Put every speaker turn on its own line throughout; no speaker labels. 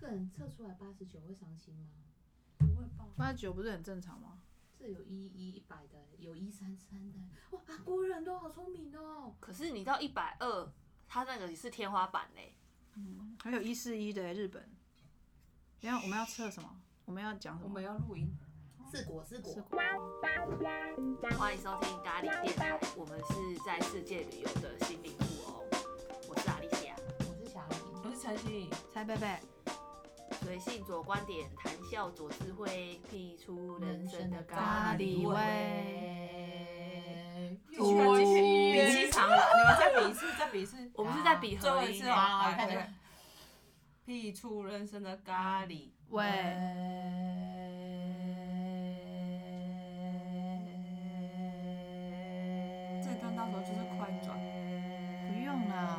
人测出来八十九会伤心吗？
不会吧？
八九不是很正常吗？
这有一一一百的，有一三三的，哇，韩国人都好聪明哦。
可是你到一百二，它那个也是天花板嘞。
还有一四一的欸日本，等一下我们要测什么？我们要讲什
我
么
们？要录音，
是果是果，
欢迎收听咖喱电台，我们是在世界旅游的新领富哦。我是阿丽西亚，
我是小
我
林。
是陈心怡，
猜贝贝，
随性左观点，谈笑左智慧，辟出人生的
咖
咖
喱
喱
味
味。
继续啊，继续，
耶
比七场了，你们再比一次，再比一次，
我们是在比
最后
合
一
音
次
欸
哦，
好
来
看
来
着
来辟出人生的咖喱。
喂，
这段到时候就是快转。
不用啦，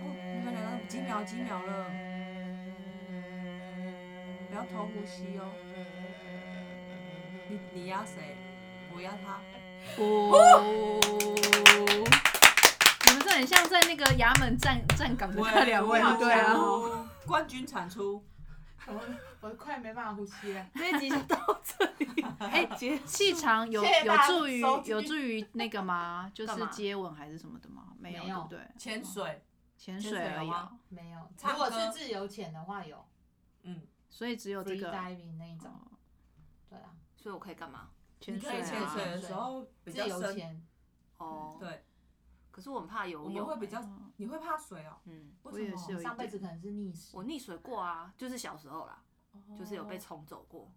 哦，你们两个几秒几秒了，不要偷呼吸哦。你你压谁？我压他。
哦，你们这很像在那个衙门站站岗的那两位
我，
对啊，
我冠军产出。
我 我快没办法呼吸了。
那集就到这里。哎，气场有
谢谢
有
大家
助于
收听
有助于那个吗？就
干
是
嘛
接吻还是什么的吗？没有，
没有
对不对？
潜水，
潜水
潜水
而已
有
啊
吗，
没有，
唱
如果
歌
是自由潜的话有
嗯，
所以只有这
，free
个。
diving 那一种。
哦
对啊，
所以我可以干嘛？
你
潜
可以
水
潜
啊
水的时候比
自
较
由
深，
潜
哦，。
对，
可是我很怕游泳，
我们会比较，
嗯
你会怕水哦？
嗯，
为
我
什
也
么？
是有一
上辈
点
子可能是溺死
我。溺水过啊，就是小时候啦，
哦
就是有被冲走过，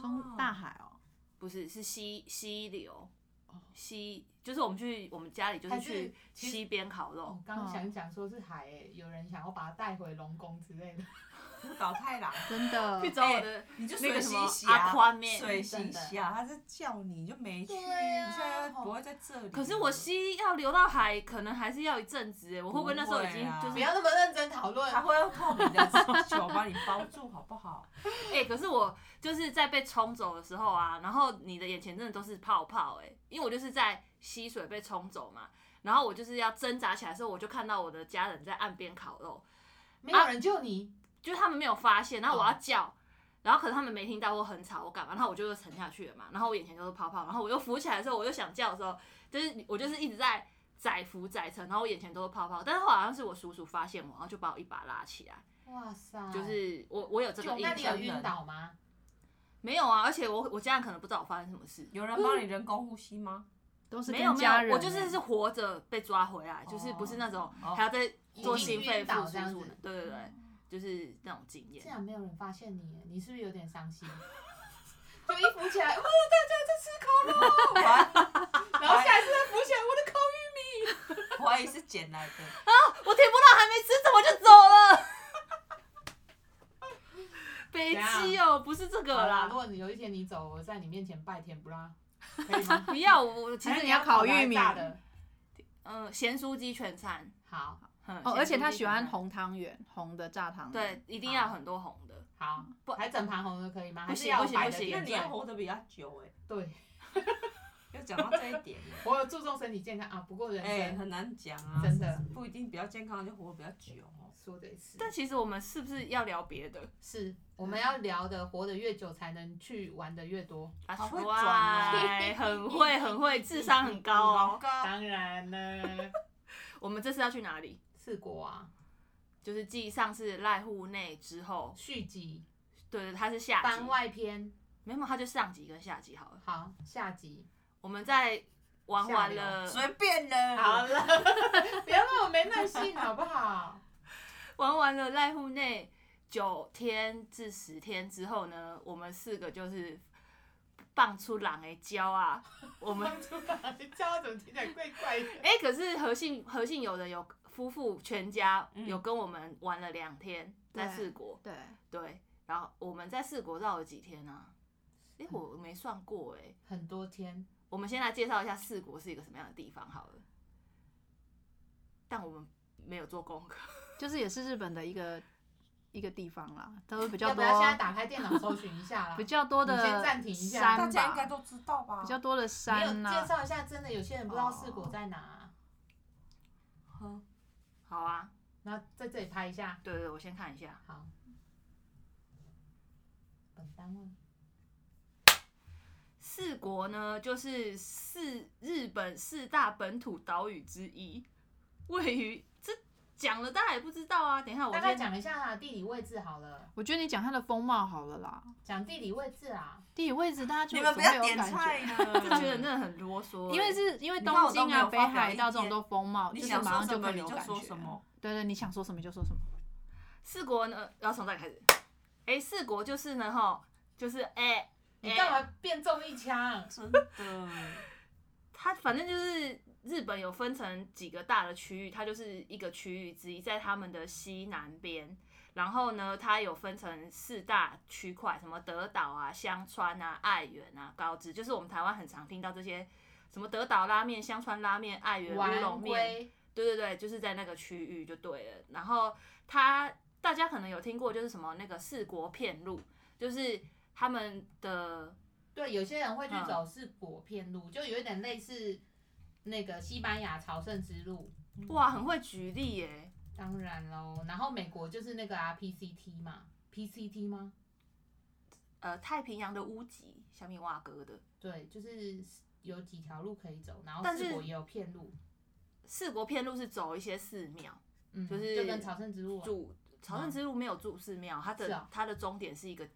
冲大海哦，
不是是溪溪流，溪就是我们去我们家里就
还
是
是
去
其实
溪边烤肉
我，哦刚刚想讲说是海诶，有人想要把它带回龙宫之类的。
倒太郎。
真的
去。找我的
你就
那
水
个什
洗
么
洗
阿
啊，
宽面。
水洗洗啊，他是叫你你就没去，你
对啊
现在不会在这里。
可是我溪要流到海，可能还是要一阵子耶，欸我会不会那时候已经
不会啊
就是
不要那么认真讨论
还。会用透明的球把你包住，好不好？
哎、可是我就是在被冲走的时候啊，然后你的眼前真的都是泡泡哎、因为我就是在溪水被冲走嘛，然后我就是要挣扎起来的时候，我就看到我的家人在岸边烤肉，
没有人救你，
就是他们没有发现，然后
嗯
我要叫，然后可是他们没听到我很吵，我干嘛？然后我就又沉下去了嘛，然后我眼前都是泡泡，然后我又浮起来的时候，我又想叫的时候，就是我就是一直在载浮载沉，然后我眼前都是泡泡，但是后来好像是我叔叔发现我，然后就把我一把拉起来，
哇塞！
就是我我有这个
就
印
那你有
象，
晕倒吗？
没有啊，而且我我家人可能不知道我发生什么事。
有人帮你人工呼吸吗？
都是
没有
跟
没
家人
有，
欸，
我就是是活着被抓回来，就是不是那种还要再做心肺复
哦已经晕倒这样
苏
子嗯
什么，对对对，就是那种经验
竟。然没有人发现你，你是不是有点伤心？ 就一浮起来，哇， 大家在吃烤肉，然后下一次再浮起来，我的烤玉
我怀疑是捡来的。
我听不到，还没吃怎么就走了？北七哦，不是这个
好啦，
啦
如，果你有一天你走，我在你面前拜甜不 拉，可以吗？
不要我其
还
哎
是
实你
你
要
要烤玉米
大的，
嗯咸酥鸡全餐，
好
嗯
哦，
咸
而且
酥
他
鸡
喜
全
欢
餐
红汤圆，红的炸汤圆。
对，一定要很多红的，
好，
不
还整盘红的可以吗？
不
还是
行
要
不行
白
不
的
行
那
点
你
缀
要活得比较久哎，
对，
要讲到这一点，
我有注重身体健康啊，不过人
哎，
生
很难讲啊，
真的
不一定比较健康就活得比较久哦。
说的也是，
但其实我们是不是要聊别的？
是我们要聊的活得越久，才能去玩的越多。
啊，
好会转哦
帅哎很会很会，智商很高哦。
高
当然呢，
我们这次要去哪里？
四国啊，
就是继上次濑户内之后，
续集
对对，它是下集
番，外篇，
没有，它就上集跟下集好了。
好，下集
我们在玩完了，
随便了。
好， 了，不要让我没耐心好不好？
玩完了濑户内九天至十天之后呢，我们四个就是放出狼来教啊，我们。
放出来，你叫我怎么听起来怪怪的？
哎、可是和信和信有的有夫妇全家有跟我们玩了两天，在
对
四国
对，
对，然后我们在四国绕了几天啊？哎、我没算过哎、
很多天，
我们先来介绍一下四国是一个什么样的地方好了，但我们没有做功课，
就是也是日本的一个一个地方啦，都是比较
要不
多啊
要现在打开电脑搜寻一下啦？
比较多的
你先暂停一下
大
山
家应该
吧，
都知道吧？
比较多的
没有
山
介
呐。
绍一下，真的有些人不知道四国在哪啊、
好啊，
那在这里拍一下。
啊对对，我先看一下，
好，本单位
四国呢，就是四日本四大本土岛屿之一，位于这讲了大家也不知道啊。等一下我
大概
先
讲一下它的地理位置好了，
我觉得你讲它的风貌好了啦，
讲地理位置啊，
地理位置大家觉
你
得
们
总会
不
有
要点
感
菜
觉。
了，
就觉得真的很啰嗦
嗯
欸、
因为是因为
你
东
看我都
京
没
啊、
有
北
发表
海
意
道这种
见
都风貌，
你
就是
想
马
说
上就
什么
可以
你
有
就
感
说
觉
什么。
对对，你想说什么就说什么。
四国呢，要从这里开始。哎、四国就是呢，哈，就是哎、
你
哎
干嘛变中一枪？
真的，
它反正就是日本有分成几个大的区域，它就是一个区域之一，在他们的西南边。然后呢，它有分成四大区块，什么德岛啊、香川啊、爱媛啊、高知，就是我们台湾很常听到这些什么德岛拉面、香川拉面、爱媛乌龙
玩
面，
归
对对对，就是在那个区域就对了。然后它大家可能有听过，就是什么那个四国片路，就是他们的
对，有些人会去
嗯
走是果片路，就有一点类似那个西班牙朝圣之路。
哇，很会举例耶、
当然喽，然后美国就是那个啊 PCT 嘛，PCT 吗？
呃太平洋的屋脊，小米瓦哥的
对，就是有几条路可以走，然后
但是
四国也有片路，
四国片路是走一些寺庙，
嗯，
就是
就跟朝圣之路啊、
住朝圣之路没有住寺庙，它
是
的、
啊
它的终点是一个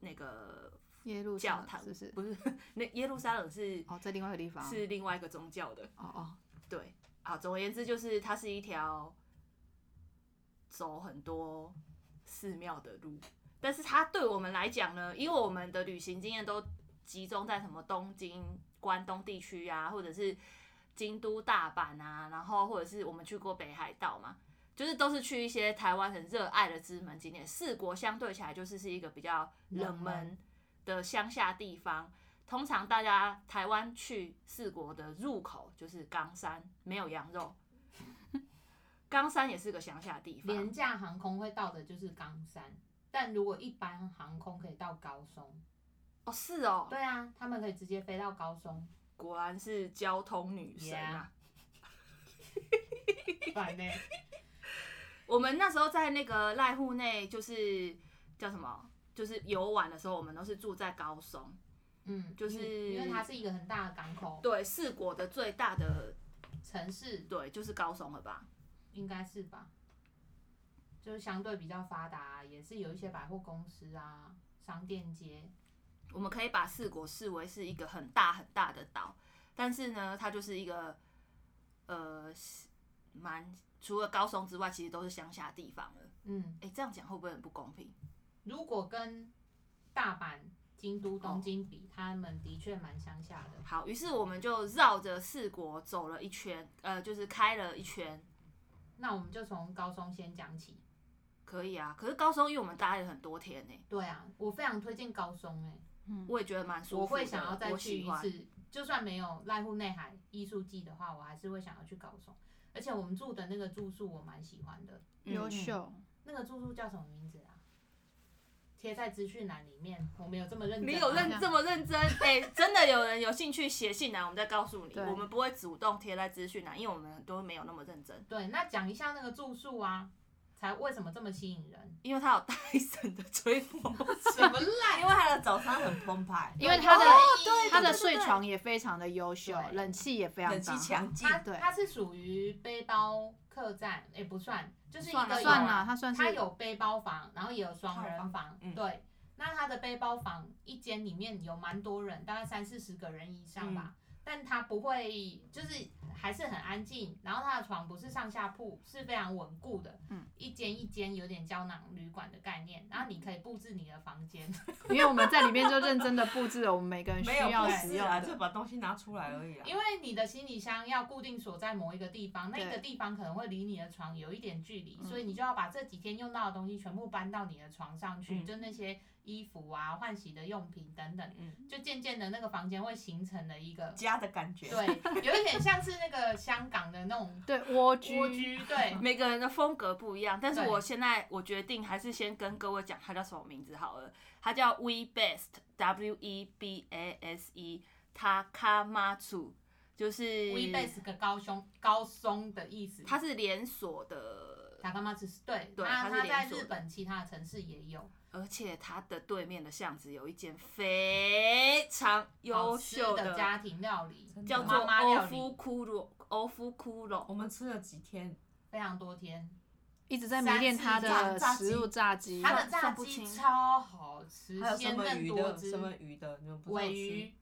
那个
耶路撒
教
冷
堂，
是不是？
不是 那耶路撒冷是、
哦，在另外一个地方。
是另外一个宗教的，
哦哦，
对啊，总而言之就是它是一条走很多寺庙的路，但是它对我们来讲呢，因为我们的旅行经验都集中在什么东京、关东地区啊，或者是京都、大阪啊，然后或者是我们去过北海道嘛，就是都是去一些台湾很热爱的知名景点。四国相对起来就是是一个比较冷
冷
门
门
的乡下地方。通常大家台湾去四国的入口就是冈山，没有羊肉。 冈山也是个乡下地方，
廉价航空会到的就是冈山，但如果一般航空可以到高松。
哦是哦，
对啊，他们可以直接飞到高松。
果然是交通女神啊
反呢？
我们那时候在那个濑户内，就是叫什么，就是游玩的时候，我们都是住在高松，
嗯，
就是
因为它是一个很大的港口
对，四国的最大的
城市，
对就是高松了吧？
应该是吧？就是相对比较发达、啊也是有一些百货公司啊、商店街。
我们可以把四国视为是一个很大很大的岛，但是呢，它就是一个呃是蛮除了高松之外，其实都是乡下地方了。
嗯，
哎、这样讲会不会很不公平？
如果跟大阪、京都、东京比，他们的确蛮乡下的。
好，于是我们就绕着四国走了一圈，呃，就是开了一圈，
那我们就从高松先讲起。
可以啊。可是高松因为我们待了很多天呢、
对啊，我非常推荐高松诶、
嗯
我也觉得蛮舒服的，
我会想要再
我
去
喜
一
欢。
次。就算没有濑户内海艺术季的话，我还是会想要去高松。而且我们住的那个住宿我蛮喜欢的，
优
嗯
秀。
那个住宿叫什么名字啊？贴在资讯栏里面，我们有这么认真吗？啊
你有认
真
这么认真？哎、真的有人有兴趣写信来，我们再告诉你。
对
我们不会主动贴在资讯栏，因为我们都没有那么认真。
对，那讲一下那个住宿啊，才为什么这么吸引人？
因为它有戴森的吹风机，
什么烂？
因为他的早餐很澎湃，
因为它的
哦对
它的
对对
睡
对
床也非常的优秀，
对
冷气也非常
冷气
棒
强劲，
它
对
它是属于背包客栈，也、不算，就是一
算
个
了
有
算啊了，它算是
它有背包房，然后也有双人房，
嗯
对。那它的背包房一间里面有蛮多人，大概三四十个人以上吧。
嗯
但它不会，就是还是很安静。然后它的床不是上下铺，是非常稳固的，
嗯，
一间一间有点胶囊旅馆的概念。然后你可以布置你的房 间，
因为我们在里面就认真的布置了我们每个人需
没有
要
不
使
是
用
啊，
的
就。把东西拿出来而已啊。
因为你的行李箱要固定锁在某一个地方，那
对
个地方可能会离你的床有一点距离，所以
嗯
你就要把这几天用到的东西全部搬到你的床上去，
嗯
就那些衣服啊、换洗的用品等等，
嗯
就渐渐的那个房间会形成了一个，
家的感觉，
对，有一点像是那个香港的那种
对，蜗居
蜗居， 对，
每个人的风格不一样。但是
对
我现在我决定还是先跟各位讲它叫什么名字好了，它叫 We Best W E B A S E Takamatsu，就是
微贝斯个高胸高松的意思。
它是连锁的。
塔干妈只是对，
对
那
它是
它在
连锁
日
的
本其他的城市也有，
而且它的对面的巷子有一间非常优
好吃
秀
的家庭料理，
真的
叫
妈
做
妈料
欧
理
夫骷髅，欧夫骷髅
我们吃了几天，
非常多天，
一直在迷恋它的食物炸鸡，
它的炸
算不
鸡
清
超好吃
还，有什
鲜
么
嫩
鱼
多
的？
汁
什，么鱼的？你们不知道
尾
吃
鱼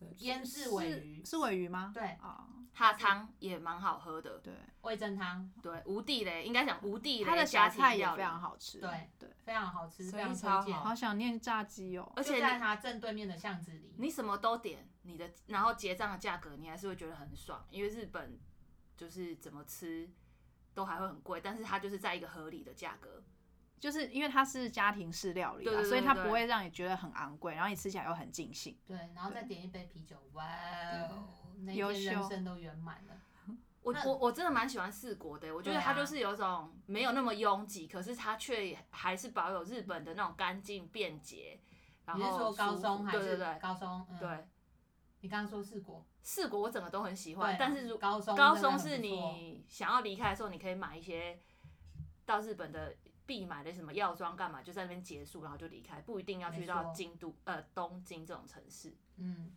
对
腌制尾鱼
是，是尾鱼吗？
对，
啊，
它汤也蛮好喝的，
对，
味噌汤，
对，无地雷应该讲无地雷
它的
家
小
庭
菜也
料
非常
理，
好吃。
对
对，
非常好吃，
生
非
意
常
超
推荐。
好
好想念炸鸡哦。
而且
就在
你
它正对面的巷子里，
你什么都点，你的然后结账的价格你还是会觉得很爽，因为日本就是怎么吃都还会很贵，但是它就是在一个合理的价格，
就是因为它是家庭式料理
对对
啦，
对
所以它
对
不会让你觉得很昂贵，然后你吃起来又很尽兴。
对，然后再点一杯啤酒，哇哦，那
优
天人
秀
生都圆满了。
我
那
我我真的蛮喜欢四国的，我觉得
对啊
它就是有一种没有那么拥挤，可是它却还是保有日本的那种干净便捷。然
你是
后
说高
舒服
中还
对对
是
对
高中？嗯
对，，
你刚刚说四国，
四国我整个都很喜
对
欢
啊，
但是如
高中
高
真的
中
很
是
不错
你想要离开的时候，你可以买一些到日本的必买的什么药妆干嘛，就在那边结束，然后就离开，不一定要去
没
到
错
京都呃东京这种城市。
嗯，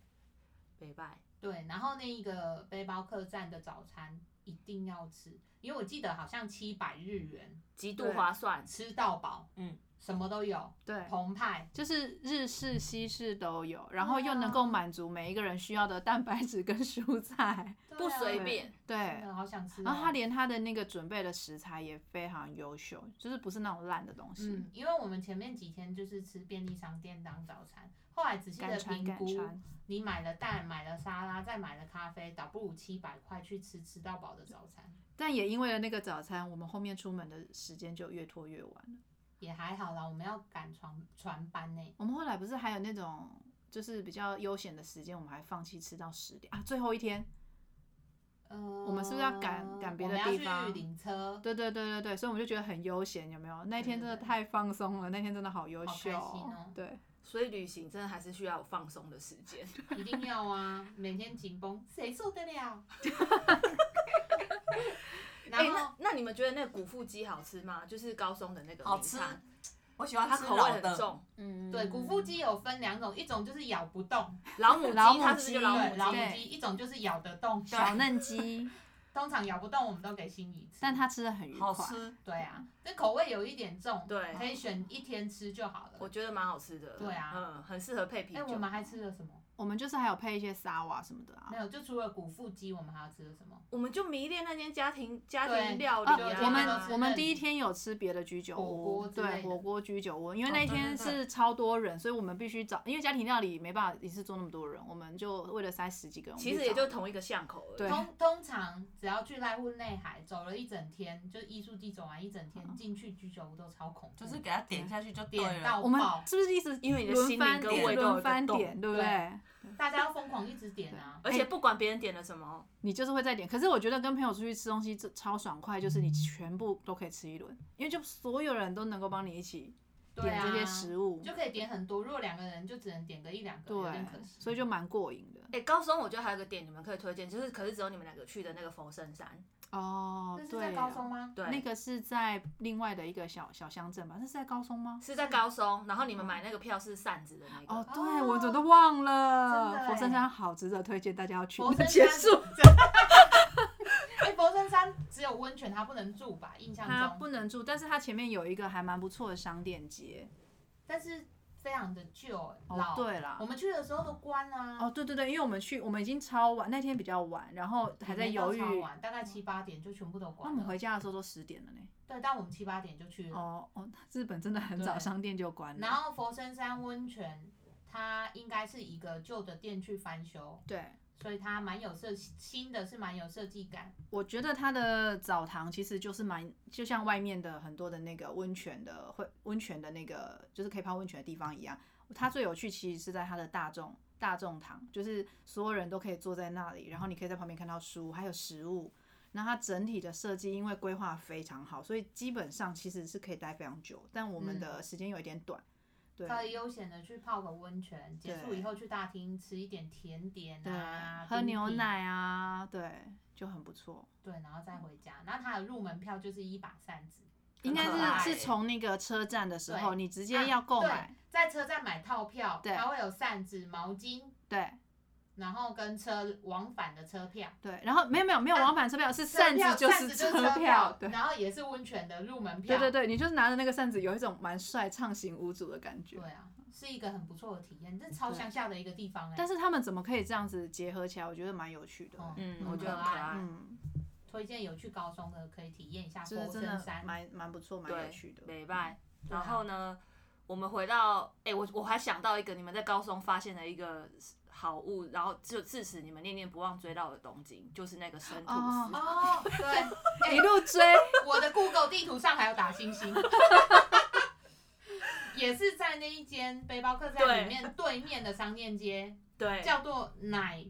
北拜，
对，然后那一个背包客栈的早餐一定要吃，因为我记得好像七百日元
极度
对
划算，
吃到饱，
嗯，
什么都有，
对，
澎湃，
就是日
嗯
式、西式都有，然
啊
后又能够满足每一个人需要的蛋白质跟蔬菜。
对
不
啊
随便。
对
真，的好想吃哦、
然后啊它连它的那个准备的食材也非常优秀，就是不是那种烂的东西。
嗯，因为我们前面几天就是吃便利商店当早餐，后来仔细
敢
的
穿
评
敢
估，
穿，
你买了蛋，买了沙拉，再买了咖啡，倒不如七百块去吃吃到饱的早餐，
但也因为了那个早餐，我们后面出门的时间就越拖越晚了。
也还好啦。我们要赶船船班呢、
我们后来不是还有那种就是比较悠闲的时间，我们还放弃吃到十点啊，最后一天。
呃，
我们是不是要赶赶别的
我们要
地方
去领车，
对对对对对，所以我们就觉得很悠闲，有没有？那一天真的
对对对
太放松了，那天真的好优
好
秀，
开心哦
对，
所以旅行真的还是需要有放松的时 间。
一定要啊！ 每天紧绷，谁受得了？然
哎、
后、
那那你们觉得那个古腹鸡好吃吗？就是高松的那个
好
名
吃
摊
我喜欢
它
吃
口味
老
很
的，
重，
嗯
对，古腹。鸡有分两种，一种就是咬不动，
老母鸡
老母
它是不是就
鸡
老母
对，
鸡？
老母
对
鸡；一种就是咬得动，
小嫩鸡，
通常咬不动我们都给心仪吃。
但它吃的很愉快。
好吃。
对啊，这口味有一点重，
对
可以选一天吃就好了。
我觉得蛮好吃的。
对啊
嗯，很适合配啤
哎、
酒。
我们还吃了什么？
我们就是还有配一些沙瓦什么的啊
没。有，就除了古腹鸡，我们还要吃了什么？
我们就迷恋那间家庭家庭
对
料理
啊
有
啊。
啊
我
有
们
吃
我们第一天有吃别的居酒
火
屋
锅，之类
对
的
火锅居酒屋，因为
哦
那一
对
天
对对
是超多人，所以我们必须找，因为家庭料理没办法一次做那么多人，我们就为了塞十几个人，我们
其实
去
也
找
就同一个巷口而已。
对
通通常只要去濑户内海走了一整天，就是艺术季走完一整
嗯
天，进去居酒屋都超恐怖，
就是给它点下去就对
点
了。
到
我们
爆，
是不是一直
因为你的心
轮
灵
番
跟
点
胃都有一
轮
个
番
洞
点，对不
对
对？
大家要疯狂一直点啊！
而且不管别人点了什么，
你就是会再点。可是我觉得跟朋友出去吃东西这超爽快，就是你全部都可以吃一轮，因为就所有人都能够帮你一起
对
点
啊，
这些食物，
就可以点很多。如果两个人就只能点个一两个，有
对
点可，惜。
所以就蛮过瘾的
哎、高松我觉得还有个点你们可以推荐，就是可是只有你们两个去的那个佛圣山，
哦
那。是在
对
高
啊，
中 吗？
对，
那个是在另外的一个小小乡镇吧？那是在高松吗？
是在高松，然后你们买那个票是扇子的那个，
哦，对，
哦
我怎么都忘了
真的，耶
佛山山好值得推荐，大家要去
佛。山
结
山
束，
哎，佛山山只有温泉，它不能住吧？印象
它
中，
不能住，但是它前面有一个还蛮不错的商店街。
但是非常的旧
哦，
老。
对啦
我，们去的时候都关啊啦。
哦，对对对，因为我们去，我们已经超晚，那天比较晚，然后还在犹豫。哦
也没到超晚大概七八点就全部都
那
关
我们
了。
回家的时候都十点了呢。
对，但我们七八点就去了。
哦哦，日本真的很早，
嗯对
商店就关
然
了。
后佛生山温泉，它应该是一个旧的店去翻修，
对，
所以它蛮有设新的是蛮有设计感。
我觉得它的澡堂其实就是蛮，就像外面的很多的那个温泉的会温泉的那个，就是可以泡温泉的地方一样。它最有趣其实是在它的大众大众堂，就是所有人都可以坐在那里，然后你可以在旁边看到书，还有食物。那它整体的设计，因为规划非常好，所以基本上其实是可以待非常久，但我们
嗯
的时间有一点短。对，
可以悠闲的去泡个温泉，结束
对
以后去大厅吃一点甜点
对
啊，，
喝
冰
牛
品，
奶啊，对，就很不错。
对，然后再回家。那它的入门票就是一把扇子，
应该
很可爱
是是从那个车站的时候，
对
你直接要购买，
在车站买套票，
对
它会有扇子、毛巾，
对
然后跟车往返的车票。
对，然后没有没有没有
啊
往返车票是扇子就
扇
是
子就是
车
票，
对
然后也是温泉的入门票。
对对对，你就是拿着那个扇子，有一种蛮帅畅行无阻的感觉
对。啊，是一个很不错的体验，这超
对
乡下的一个地方哎、
但是他们怎么可以这样子结合起来？我觉得蛮有趣的。
哦
嗯，
很
我觉得
可
很可
爱
爱。
嗯，
推荐有去高中的可以体验一下
就
佛
是真
生
的
山。
蛮蛮不错，蛮有趣的。
美拜。
对啊
然后呢，我们回到，哎、我我还想到一个你们在高松发现的一个好物，然后就自此你们念念不忘追到的东京，就是那个生吐司。
哦
哦， 对，
一路追，
我的 Google 地图上还有打星星。也是在那一间背包客栈里面对面的商店街，
对，
叫做奶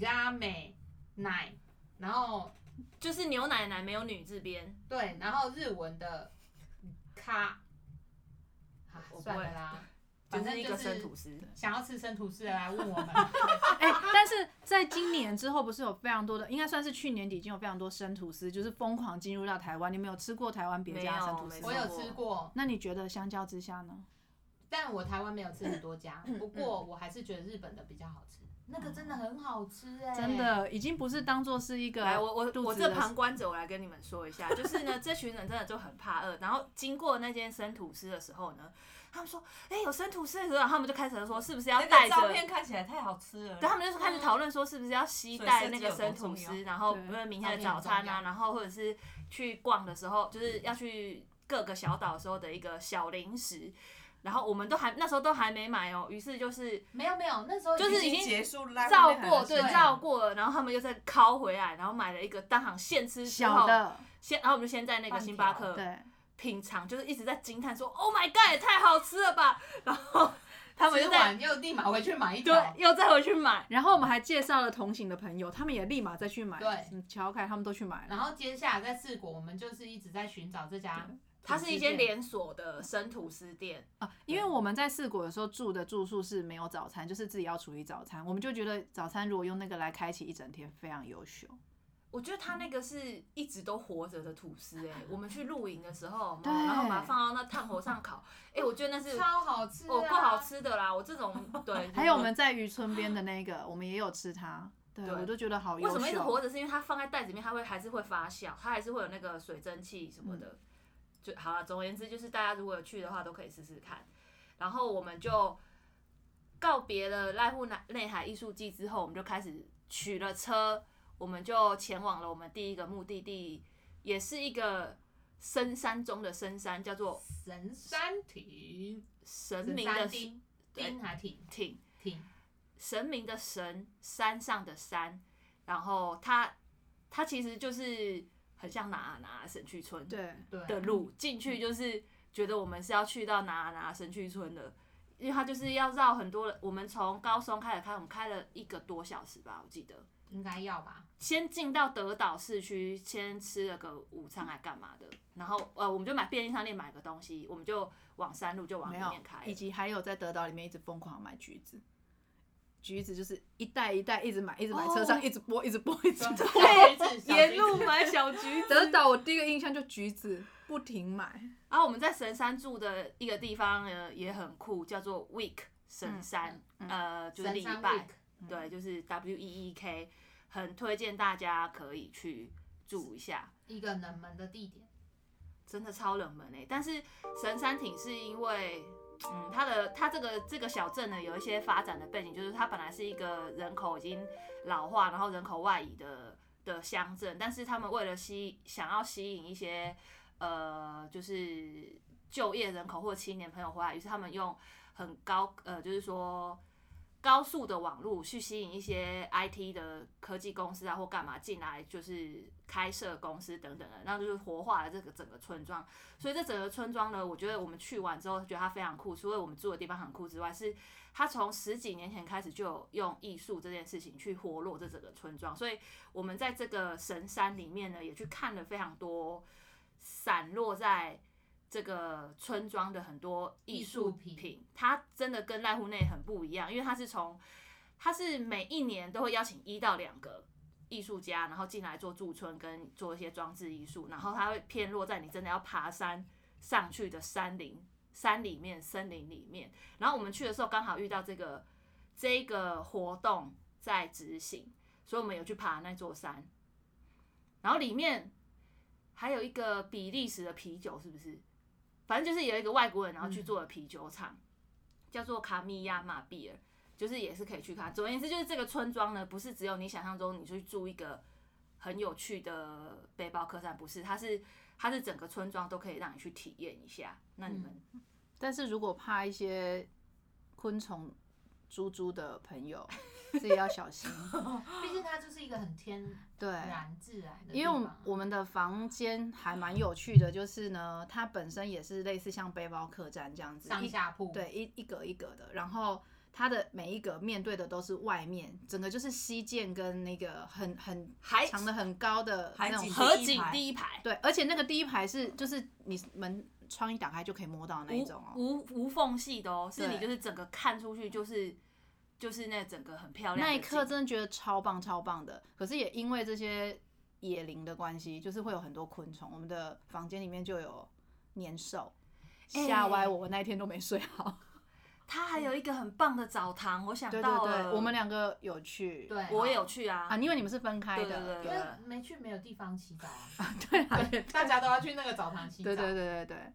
拉美奶，然后
就是牛奶奶没有女字边，
对，然后日文的咖，啊
我不会
算了啦，
就
反正
是一个生
就
吐
是
司。
想要吃生吐司的来问我们，
哎、但是在今年之后，不是有非常多的，应该算是去年底已经有非常多生吐司，就是疯狂进入到台湾。你们有吃过台湾别家的生吐
没
司
我
吗？
有吃过，
那你觉得相较之下呢？
但我台湾没有吃很多家，
嗯
不过我还是觉得日本的比较好吃，那个真的很好吃哎、
真的已经不是当做是一个
来，我我
啊肚
我
子
这
的
旁观者，我来跟你们说一下，就是呢，这群人真的就很怕饿。然后经过那间生吐司的时候呢，他们说，哎、有生吐司的时候，然后他们就开始说，是不是要
那
带
个
着？
照片看起来太好吃了。
对，他们就是开始讨论说，是不是要携带那个生吐
所以设计有多重
司，然后
对
不是明天的早
照
餐
片
啊，
很
然后或者是去逛的时候，就是要去各个小岛的时候的一个小零食。然后我们都还那时候都还没买哦，于是就是
没有没有，那时候
就是已
已
经
经
结束了，
绕过，对，
对
绕过了，然后他们又再拷回来，然后买了一个当场现吃之
小
后，
的，
先，然后我们就先在那个
半
星巴
条
克
对，
品尝，就是一直在惊叹说，Oh my god，也太好吃了吧！然后他们
吃
就在
完又立马回去买一
对
条，
又再回去买，
然后我们还介绍了同行的朋友，他们也立马再去买，
对
嗯，乔凯他们都去买了，
嗯
然后接下来在四国，我们就是一直在寻找这家，
它是一间连锁的生吐司店，
啊，因为我们在四国的时候住的住宿是没有早餐，就是自己要处理早餐，我们就觉得早餐如果用那个来开启一整天非常优秀。
我觉得它那个是一直都活着的吐司、哎，我们去露营的时候，
对
然后把它放到那炭火上烤，哎、我觉得那是
超好吃、啊，
我不哦好，吃的啦，我这种 对，
还有我们在渔村边的那个，我们也有吃它，对
对
我都觉得好优
为
秀。
什么一直活着？是因为它放在袋子里面，它会还是会发酵，它还是会有那个水蒸气什么的。
嗯
就好了，总而言之，就是大家如果有去的话，都可以试试看。然后我们就告别了濑户内内海艺术季之后，我们就开始取了车，我们就前往了我们第一个目的地，也是一个深山中的深山，叫做
神山亭，
神
神
明的
山町，町还挺
挺。
挺，
神明的神，山上的山，然后它它其实就是很像哪啊哪啊神去村
对，啊
对，
的路进去，就是觉得我们是要去到哪啊哪啊神去村的，因为它就是要绕很多的。我们从高松开始开，我们开了一个多小时吧，我记得。
应该要吧，
先进到德岛市区，先吃了个午餐还干嘛的，然后呃，我们就买便利商店买个东西，我们就往山路就往里
没有
面开，了
以。及还有在德岛里面一直疯狂买橘子，橘子就是一袋一袋一直买，一直买，
哦啊
车上一直剥，一直剥，一直剥。
对
沿路买小橘子，
德岛我第一个印象就橘子，不停买。
然后啊我们在神山住的一个地方呢也很酷，叫做 Week 神山，
嗯嗯
呃，就是礼
山
拜
week，，
嗯
对，就是 W E E K，很推荐大家可以去住一下，
一个冷门的地 点，
真的超冷门诶、欸但是神山町是因为，嗯，它的它这个这个小镇呢有一些发展的背景，就是它本来是一个人口已经老化，然后人口外移的的乡镇，但是他们为了吸想要吸引一些呃，就是就业人口或青年朋友回来，于是他们用很高呃，就是说高速的网络去吸引一些 IT 的科技公司啊或干嘛进来，就是开设公司等等的，那就是活化了这个整个村庄。所以这整个村庄呢，我觉得我们去完之后觉得它非常酷，除了我们住的地方很酷之外，是它从十几年前开始就有用艺术这件事情去活络这整个村庄。所以我们在这个神山里面呢，也去看了非常多散落在。这个村庄的很多艺术
艺术
品，它真的跟濑户内很不一样，因为它是从它是每一年都会邀请一到两个艺术家，然后进来做驻村跟做一些装置艺术，然后它会片落在你真的要爬山上去的山林山里面森林里面。然后我们去的时候刚好遇到这个这个活动在执行，所以我们有去爬那座山。然后里面还有一个比利时的啤酒，是不是？反正就是有一个外国人，然后去做的啤酒厂，叫做卡米亚马比尔，就是也是可以去看。总而言之，就是这个村庄呢，不是只有你想象中你去住一个很有趣的背包客栈，不是，它是它是整个村庄都可以让你去体验一下。那你们、
但是如果怕一些昆虫、猪猪的朋友，自己要 小心。
毕竟它就是一个很天
对，
然自然的地方啊，
因为我们我们的房间还蛮有趣的，就是呢，它本身也是类似像背包客栈这样子，
上
一
下铺，
对一一格一格的，然后它的每一格面对的都是外面，整个就是西涧跟那个很很
海
长的很高的
海
那种
景
河
河景第一排，
对，而且那个第一排是就是你门窗一打开就可以摸到的那一种哦，
无无缝隙的哦，是你
对
就是整个看出去就是就是那整个很漂亮的
那一
景。
刻真的觉得超棒超棒的。可是也因为这些野灵的关系，就是会有很多昆虫，我们的房间里面就有年兽。
哎
吓歪我！我那一天都没睡好。
它还有一个很棒的澡堂，我想
对对
到了，
对，我们两个有去。
对
我也有去啊，
啊，因为你们是分开的。
对
因
对
为
对
没去没有地方洗澡啊，
对啊对
大家都要去那个澡堂洗澡，
对对对对对。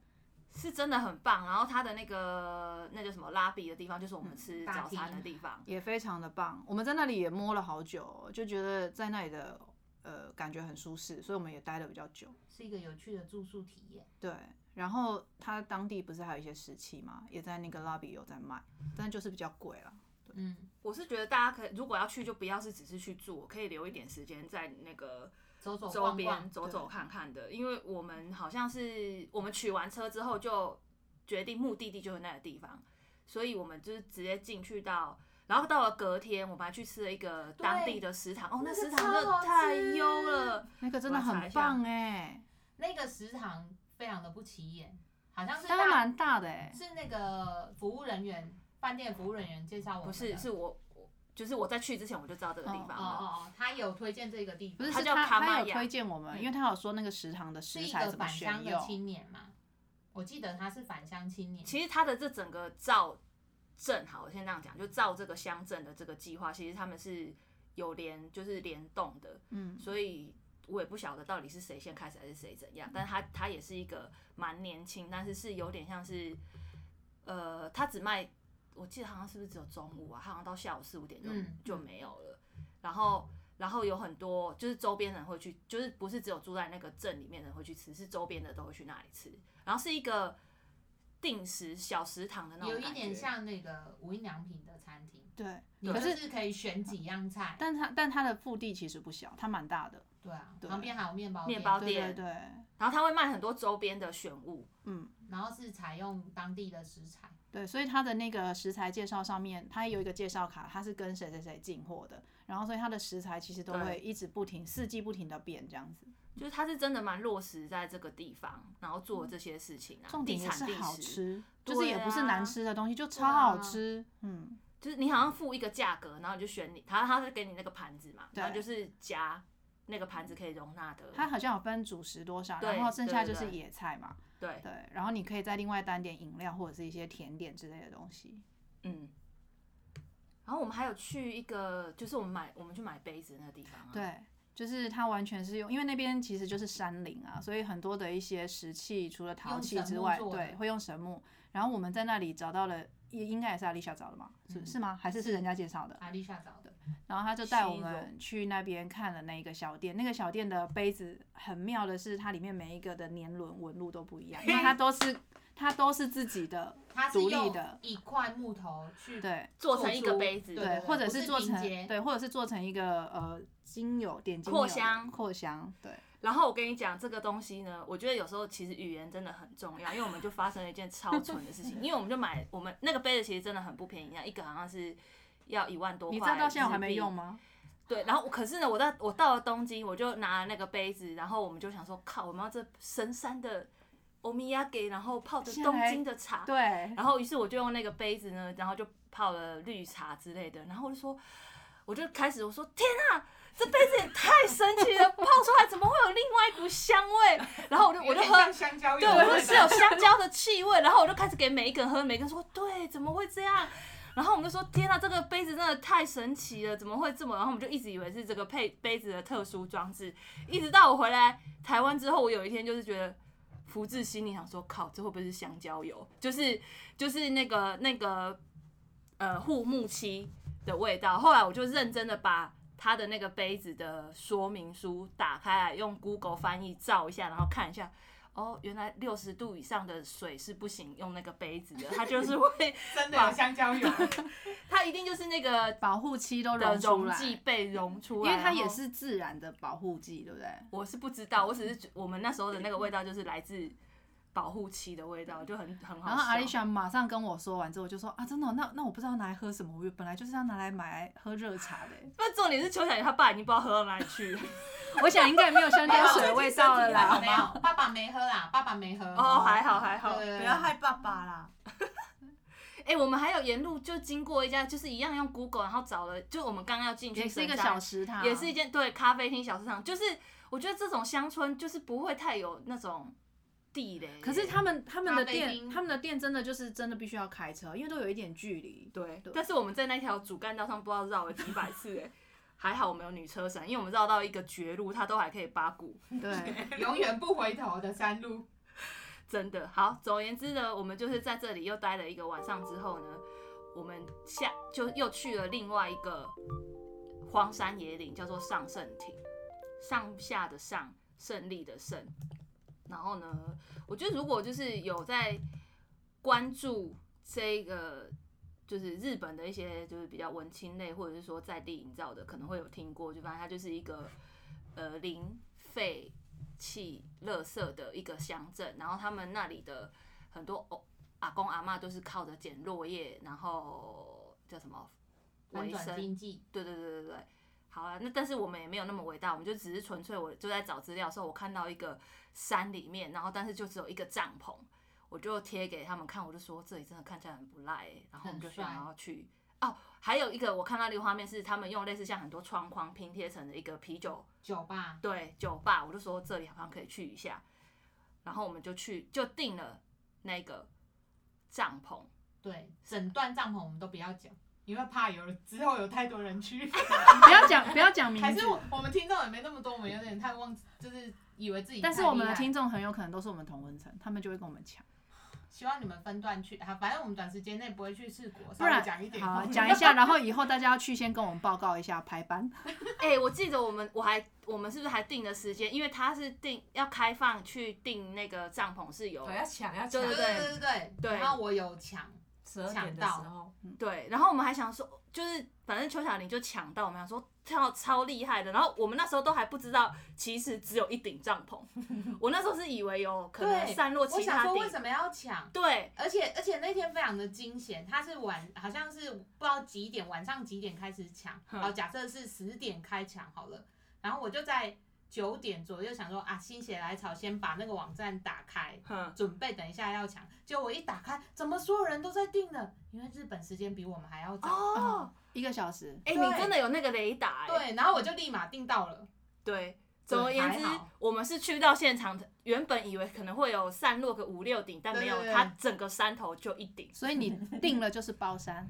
是真的很棒。然后它的那个那叫什么拉比的地方，就是我
嗯
们吃
大
早餐
厅
的地方。
也非常的棒。我们在那里也摸了好久哦，就觉得在那里的呃感觉很舒适，所以我们也待的比较久。
是一个有趣的住宿体验。
对，然后它当地不是还有一些石器嘛，也在那个 lobby 有在卖，但就是比较贵了。
嗯，
我是觉得大家可以，如果要去就不要是只是去住，可以留一点时间在那个
走走
周
哦逛
边
逛，
走走看看的。因为我们好像是我们取完车之后就决定目的地就是那个地方，所以我们就是直接进去到。然后到了隔天，我们还去吃了一个当地的食堂，哦，那
那个
食堂真
超
的
好
太
吃
优了，
那个真的
我来查
很
一下
棒哎、
那个食堂非常的不起眼，好像是
它还
大
蛮大的哎、
是那个服务人员，饭店服务人员介绍我们
不
的，
是，是我我就是我在去之前我就知道这个地方
哦
了。
哦哦，他有推荐这个地
不
方，
是，
它
是
叫
他
卡玛
他有
雅嗯
推荐我们，因为他有说那个食堂的
是
食
一
材
个
怎么
返
选
乡的
用。
青年嘛？我记得他是返乡青年，
其实他的这整个造镇，好，我先这样讲，就造这个乡镇的这个计划，其实他们是有联，就是联动的，
嗯，
所以我也不晓得到底是谁先开始还是谁怎样，但他他也是一个蛮年轻，但是是有点像是，呃，他只卖，我记得好像是不是只有中午啊，他好像到下午四五点就、
嗯
就没有了，然后。然后有很多就是周边人会去，就是不是只有住在那个镇里面的人会去吃，是周边的都会去那里吃。然后是一个定时小食堂的那种
有
感觉，
一点像那个无印良品的餐厅，
对，
你
可
就是是可以选几样菜，
但它但它的腹地其实不小，它蛮大的。
对啊，
对
旁边还有面包
面包
对对
店
对，
然后他会卖很多周边的选物，
嗯。
然后是采用当地的食材，
对，所以它的那个食材介绍上面，它有一个介绍卡，它是跟谁谁谁进货的，然后所以它的食材其实都
对嗯
会一直不停，四季不停的变这样子。
就是他是真的蛮落实在这个地方，然后做这些事情啊，
嗯重点
地
也是
产地
好
食，
吃，就是也不是
对啊
难吃的东西，就超
啊
好吃。嗯，
就是你好像付一个价格，然后你就选你，他他是给你那个盘子嘛，
对
然后就是夹那个盘子可以容纳的，
它好像有分主食多少，
对
然后剩下就
对
是
对对
野菜嘛。
对，
对，然后你可以再另外单点饮料或者是一些甜点之类的东西。
嗯。然后我们还有去一个，就是我们买我们去买杯子那个地方、啊，，
嗯
对。就是它完全是用，因为那边其实就是山林啊，所以很多的一些石器，除了陶
用
器
神
之
木
外，
做的
对，会用神木。然后我们在那里找到了，也应该也是阿丽莎找的嘛，
嗯
是、是吗？还是是人家介绍的？
阿丽莎找的，
然后他就带我
西
们去那边看了那个小店，那个小店的杯子很妙的是，它里面每一个的年轮纹路都不一样，因为它都是它都是自己的，
它是
独立
用
的
一块木头去
对
做成一个
出
杯子
对
对，或者
不是
做
拼
成
接
对，或者是做成一个呃精油点精油
扩
的
香
扩香，对，
然后我跟你讲这个东西呢，我觉得有时候其实语言真的很重要，因为我们就发生了一件超蠢的 事情，因为我们就买我们那个杯子其实真的很不便宜啊，一个好像是要一万多块，
你知道到现在我还没用？吗？
对，然后我可是呢，我到我到了东京，我就拿了那个杯子，然后我们就想说，靠，我们要这神山的欧米亚给，然后泡的东京的茶，
对，
然后于是我就用那个杯子呢，然后就泡了绿茶之类的，然后我就说，我就开始我说天啊，这杯子也太神奇了，泡出来怎么会有另外一股香味？然后我就
有
我就
点
喝，
像香蕉
对，
油
我
的味道，
说是有香蕉的气味，然后我就开始给每一个人喝，每个人说对，怎么会这样？然后我们就说天啊呐，这个杯子真的太神奇了，怎么会这么？然后我们就一直以为是这个配杯子的特殊装置，一直到我回来台湾之后，我有一天就是觉得福至心里想说，靠，这会不会是香蕉油？就是就是那个那个呃护木漆的味道。后来我就认真的把它的那个杯子的说明书打开来，用 Google 翻译照一下，然后看一下。哦，原来六十度以上的水是不行用那个杯子的，它就是会，
真的有香蕉油，
它一定就是那个
保护漆都
的
溶出
溶
来，
剂被溶出
因
来，
为它也
然后
是自然的保护剂，对不对？
我是不知道，我只是觉我们那时候的那个味道就是来自保护漆的味道，就很很好笑。
然后阿丽莎马上跟我说完之后，我就说啊，真的哦、那那我不知道拿来喝什么，我本来就是要拿来买来喝热茶的。欸
那重点是邱小姐她爸已经不知道喝到哪里去了。
我想应该也没有香蕉水的味道了
爸爸
啦。
没有，爸爸没喝啦，爸爸没喝。
哦，还好还好。
对
不要害爸爸啦。
哎、我们还有沿路就经过一家，就是一样用 Google，然后找了，就我们刚刚要进去
也是一个
神山
小食堂，
也是一间对咖啡厅小市场，就是我觉得这种乡村就是不会太有那种地雷。
可是他们他们的
咖啡
店，
厅
他们的店真的就是真的必须要开车，因为都有一点距离。
对
对，
但是我们在那条主干道上不知道绕了几百次哎、 还好我们有女车神，因为我们绕到一个绝路，它都还可以八股，
对，
永远不回头的山路，
真的好。总而言之呢，我们就是在这里又待了一个晚上之后呢，我们下就又去了另外一个荒山野岭，叫做上圣亭，上下的上，胜利的胜。然后呢，我觉得如果就是有在关注这个，就是日本的一些就是比较文青类，或者是说在地营造的，可能会有听过，就反正它就是一个呃零废弃垃圾的一个乡镇，然后他们那里的很多哦阿公阿嬷都是靠着捡落叶，然后叫什么
翻
为
转
生，
经济。
对对对对对，好啊，那但是我们也没有那么伟大，我们就只是纯粹，我就在找资料的时候，我看到一个山里面，然后但是就只有一个帐篷，我就贴给他们看，我就说这里真的看起来很不赖、欸，然后我们就
很帅
想要去哦。还有一个我看到那个画面是他们用类似像很多窗框拼贴成的一个啤酒
酒吧，
对酒吧，我就说这里好像可以去一下，然后我们就去就订了那个帐篷。
对，整段帐篷我们都不要讲，因为怕有之后有太多人去，
啊不要讲不要讲名
还
字
是，我我们听众也没那么多，我们有点太忘，就是以为自己太厉害。
但是我们的听众很有可能都是我们同温层，他们就会跟我们 抢。
希望你们分段去啊，反正我们短时间内不会去四国，
不
稍
然
微讲一点。
好，啊讲一下，然后以后大家要去先跟我们报告一下排班。
哎、我记得我们我还我们是不是还定的时间？因为他是定要开放去订那个帐篷是有
对，要抢要抢。
对
对
啊
对
对对
对
然后我有抢，
十二点的时候，
对，然后我们还想说，就是反正邱小玲就抢到，我们想说跳超厉害的。然后我们那时候都还不知道，其实只有一顶帐 篷。我那时候是以为有可能
对
散落
我
其
想
他
说
顶
为，什么要抢？
对
而且而且那天非常的惊险，他是晚好像是不知道几点，晚上几点开始抢，
嗯
好，假设是十点开抢好了，然后我就在九点左右想说啊，心血来潮先把那个网站打开，
嗯，
准备等一下要抢，结果我一打开，怎么所有人都在订呢？因为日本时间比我们还要早，
哦，
一个小时，
哎、
对
你真的有那个雷达、哎，
对，然后我就立马订到了，
对。总而言之
还好，
我们是去到现场的，原本以为可能会有散落个五六顶，但没有
对对，对
它整个山头就一顶。
所以你定了就是包山，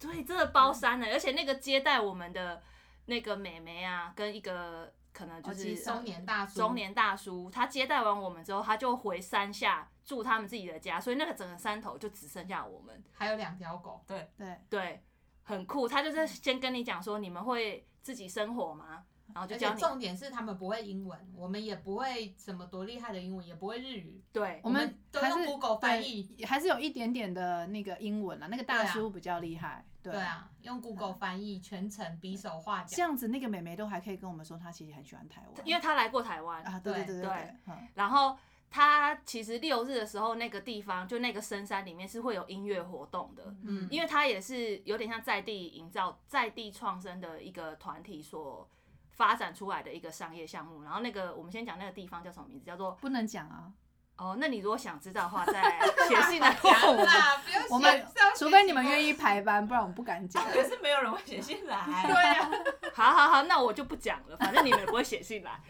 对，真的包山
嗯
了，而且那个接待我们的那个美眉啊，跟一个可能就
哦
是
其实
中年大叔，
中年大叔，他接待完我们之后，他就回山下住他们自己的家，所以那个整个山头就只剩下我们。
还有两条狗，
对，
对，很酷。他
嗯
就是先跟你讲说，你们会自己生活吗？然后就
而
教
且
你。
重点是他们不会英文，我们也不会什么多厉害的英文，也不会日语，
对
我们
都
还
用
是
Google 翻译，
对还是有一点点的那个英文啊，那个大
对啊
叔比较厉害，
对啊，用
嗯
Google 翻译全程比手画
这
脚，
样子，那个美眉都还可以跟我们说，她其实很喜欢台湾，
因为他来过台湾，
啊，对对对
对
对
对
对，嗯
然后他其实六日的时候，那个地方就那个深山里面是会有音乐活动的。
嗯，
因为它也是有点像在地营造、在地创生的一个团体所发展出来的一个商业项目。然后那个我们先讲那个地方叫什么名字，叫做
不能讲 啊，
哦，那你如果想知道的话，再写信 来问
讲
我。
啦，啊不要
我们
写，
除非你们
意。
愿意排班，不然我们不敢讲。
可是没有人会写信来。
对啊，
好好好，那我就不讲了，反正你们也不会写信来。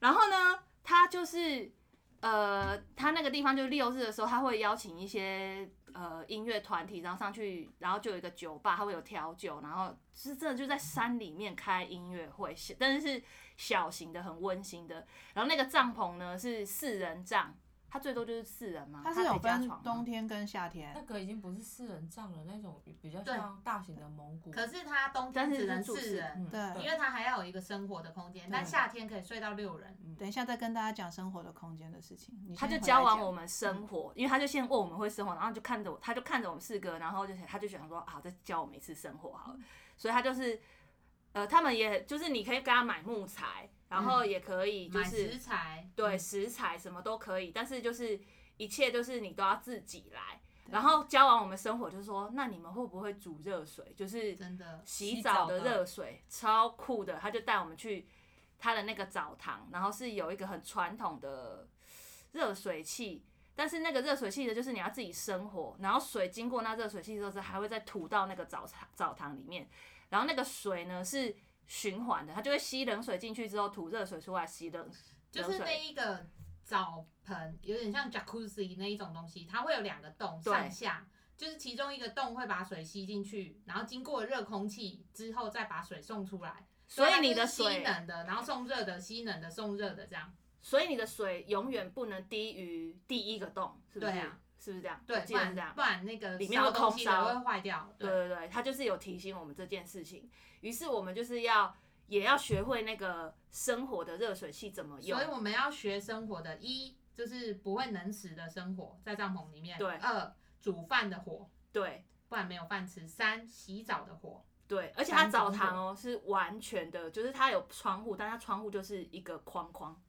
然后呢，他就是呃，他那个地方就是六日的时候，他会邀请一些呃音乐团体，然后上去，然后就有一个酒吧，他会有调酒，然后是真的就在山里面开音乐会，是但是是小型的，很温馨的。然后那个帐篷呢是四人帐，它最多就是四人嘛，
它是
啊可
有
以加
分
床吗
冬天跟夏天
那，个已经不是四人帐了，那种比较
对
像大型的蒙古。
可是它冬天
但是
只能
是住
四
宿
人，
嗯
对
因为它还要有一个生活的空间，但
对
夏天可以睡到六人。
等一下再跟大家讲生活的空间的事情。你
他就
先回来
教完
讲嗯
我们生活，因为他就先问我们会生活，然后就看着我，他就看着我们四个，然后就他就想说啊，再教我们一次生活好了。
嗯
所以他就是，呃，他们也就是你可以给他买木材，然
嗯
后也可以就
买
是、
食材，
对食材什么都可以，但是就是一切就是你都要自己来。然后教完我们生活，就是说那你们会不会煮热水？就是
真的
洗
洗
澡
澡
的
的
热水超酷的，他就带我们去他的那个澡堂，然后是有一个很传统的热水器，但是那个热水器的就是你要自己生火，然后水经过那热水器之后，是还会再吐到那个澡堂澡堂里面，然后那个水呢是循环的，它就会吸冷水进去之后吐热水出来，吸冷
就
冷
是
水
那一个澡盆，有点像 jacuzzi 那一种东西，它会有两个洞
对
上下，就是其中一个洞会把水吸进去，然后经过热空气之后再把水送出来，
所以
它
你
就
的
啊是吸
水，
冷的，然后送热的，吸冷的送热的这样。
所以你的水永远不能低于第一个洞，是不是？
对啊
是不是这样？
对，
我记
不
得是
然
这样
不。然那个
里面
烧
会
东
空
西
烧
的会坏掉。
对，对对，他就是有提醒我们这件事情，于是我们就是要也要学会那个生活的热水器怎么用
所以。我们要学生活的一就是不会能死的生活，在帐篷里面。
对
二煮饭的火，
对
不然没有饭吃。三洗澡的火，
对，而且它澡堂哦是完全的，就是它有窗户，但它窗户就是一个框框，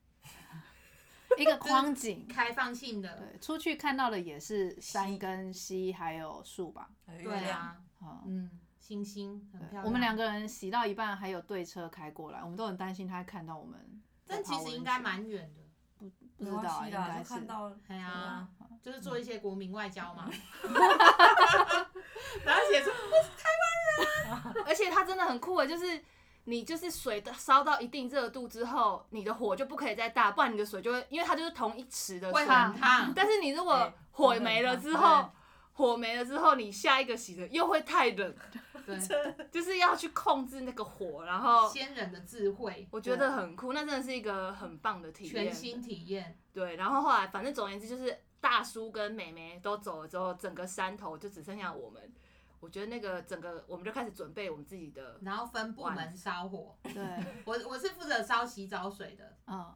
一个框景，
嗯
开放性的。
对，出去看到的也是山跟溪还有树吧。
还有月
对
亮，
啊，
嗯，
嗯，星星很漂
对
亮。
我们两个人洗到一半，还有对车开过来，我们都很担心他看到我们在
但
泡
其
温泉。
实应该蛮远的。
不知
没
道
关
啊，
系
应
啦，
该
就是看到
哎呀、
啊
就是做一些国民外交嘛。
嗯
然后写出
而且它真的很酷的，就是你就是水的烧到一定热度之后，你的火就不可以再大，不然你的水就会，因为它就是同一池的
会
水，
很烫，
但是你如果
对
火没了之后，火没了之后，你下一个洗的又会太冷，
对，
就是要去控制那个火，然后
先人的智慧，
我觉得很酷，那真的是一个很棒的体验。
全新体验。
对，然后后来反正总而言之就是大叔跟妹妹都走了之后，整个山头就只剩下我们。我觉得那个整个我们就开始准备我们自己的，
然后分部门烧火，
对，
我我是负责烧洗澡水的，
嗯，我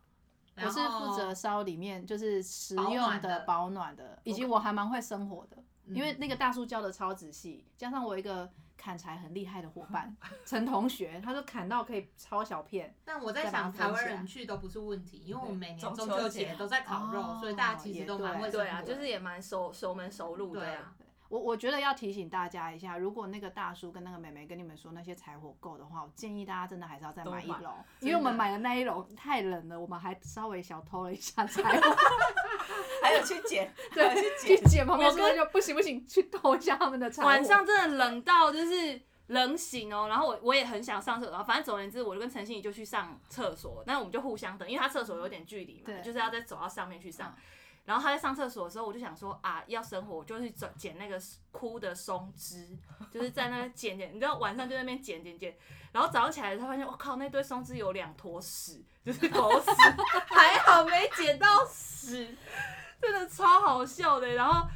然
是
后
负责烧里面就是食
保暖
用
的
的、保暖的，以及我还蛮会生火的，
嗯
因为那个大叔教的超仔细，加上我一个砍柴很厉害的伙伴 陈同学，他说砍到可以超小片，
但我在
再把它
想，
分起来
台湾人去都不是问题，因为我们每年
中
中
秋
秋
节
节都在烤肉，
哦
所以大家其实都蛮会
也
生
对
活
啊，
的
就是也蛮熟熟门熟路的。
对啊，
我我觉得要提醒大家一下，如果那个大叔跟那个妹妹跟你们说那些柴火够的话，我建议大家真的还是要再买一
都买
笼，因为我们买的那一笼太冷了，我们还稍微小偷了一下柴火，
还有去捡，还有去
去
捡，
捡旁边
我
说就不行不行，去偷一下他们的柴火。
晚上真的冷到就是冷醒哦，然后我我也很想上厕所，然后反正总而言之，我就跟陈信怡就去上厕所，但是我们就互相等，因为他厕所有点距离嘛，
对
就是要再走到上面去上。然后他在上厕所的时候，我就想说啊，要生火，我就去捡捡那个枯的松枝，就是在那边捡捡，你知道晚上就在那边捡捡捡，然后早上起来才发现，我靠，那堆松枝有两坨屎，就是狗屎，还好没捡到屎， 真的超好笑的。然后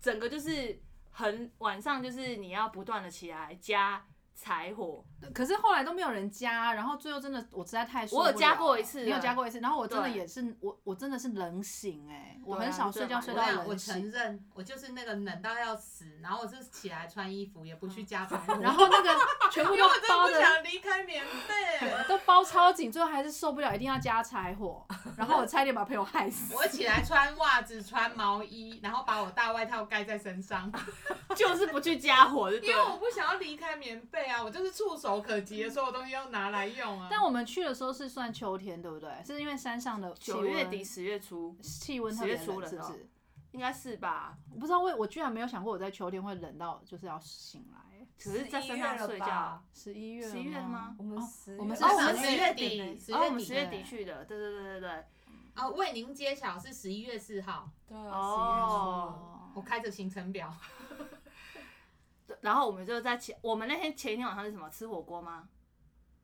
整个就是很晚上，就是你要不断的起来加柴火，
可是后来都没有人加，然后最后真的我实在太受
我有
不
加
了
过
了
一次
你有
了
加过一次，然后我真的
对
也是我我真的是冷醒哎、我
对啊
很少
你真
睡
的
觉
蛮
睡
我
到
跟你讲我
冷
承
醒，
认，我就是那个冷到要死，然后我是起来穿衣服，也不
嗯
去 加柴火，
然后那 个全部
因为
都
我真的
包
不
的
想离开棉被。
都包超紧，最后还是受不了，一定要加柴 火，然后我差点把朋友害死。
我起来穿袜子、穿毛衣，然后把我大外套盖在身上，
就是不去加火就
因
对
为
了。
我不想要离开棉被啊，我就是触手可及的所有东西要拿来用啊。
但我们去的时候是算秋天，对不对？是因为山上的气
九月
温
底十月初
气温特
10月
别
初
冷，
了
是不
哦
是？
应该是吧？
我不知道为我居然没有想过我在秋天会冷到就是要醒来，
可是在山上睡觉，
十一月
十一月了吗？
我们
哦
十
我们
月
哦，
是
我们
十
十月
月
底，
哦，我们
底
十月底去的，对对对对对。
啊，为您揭晓是十一月四号，
对啊，
哦
我开着行程表，
对然后我们就在前，我们那天前一天晚上是什么？吃火锅吗？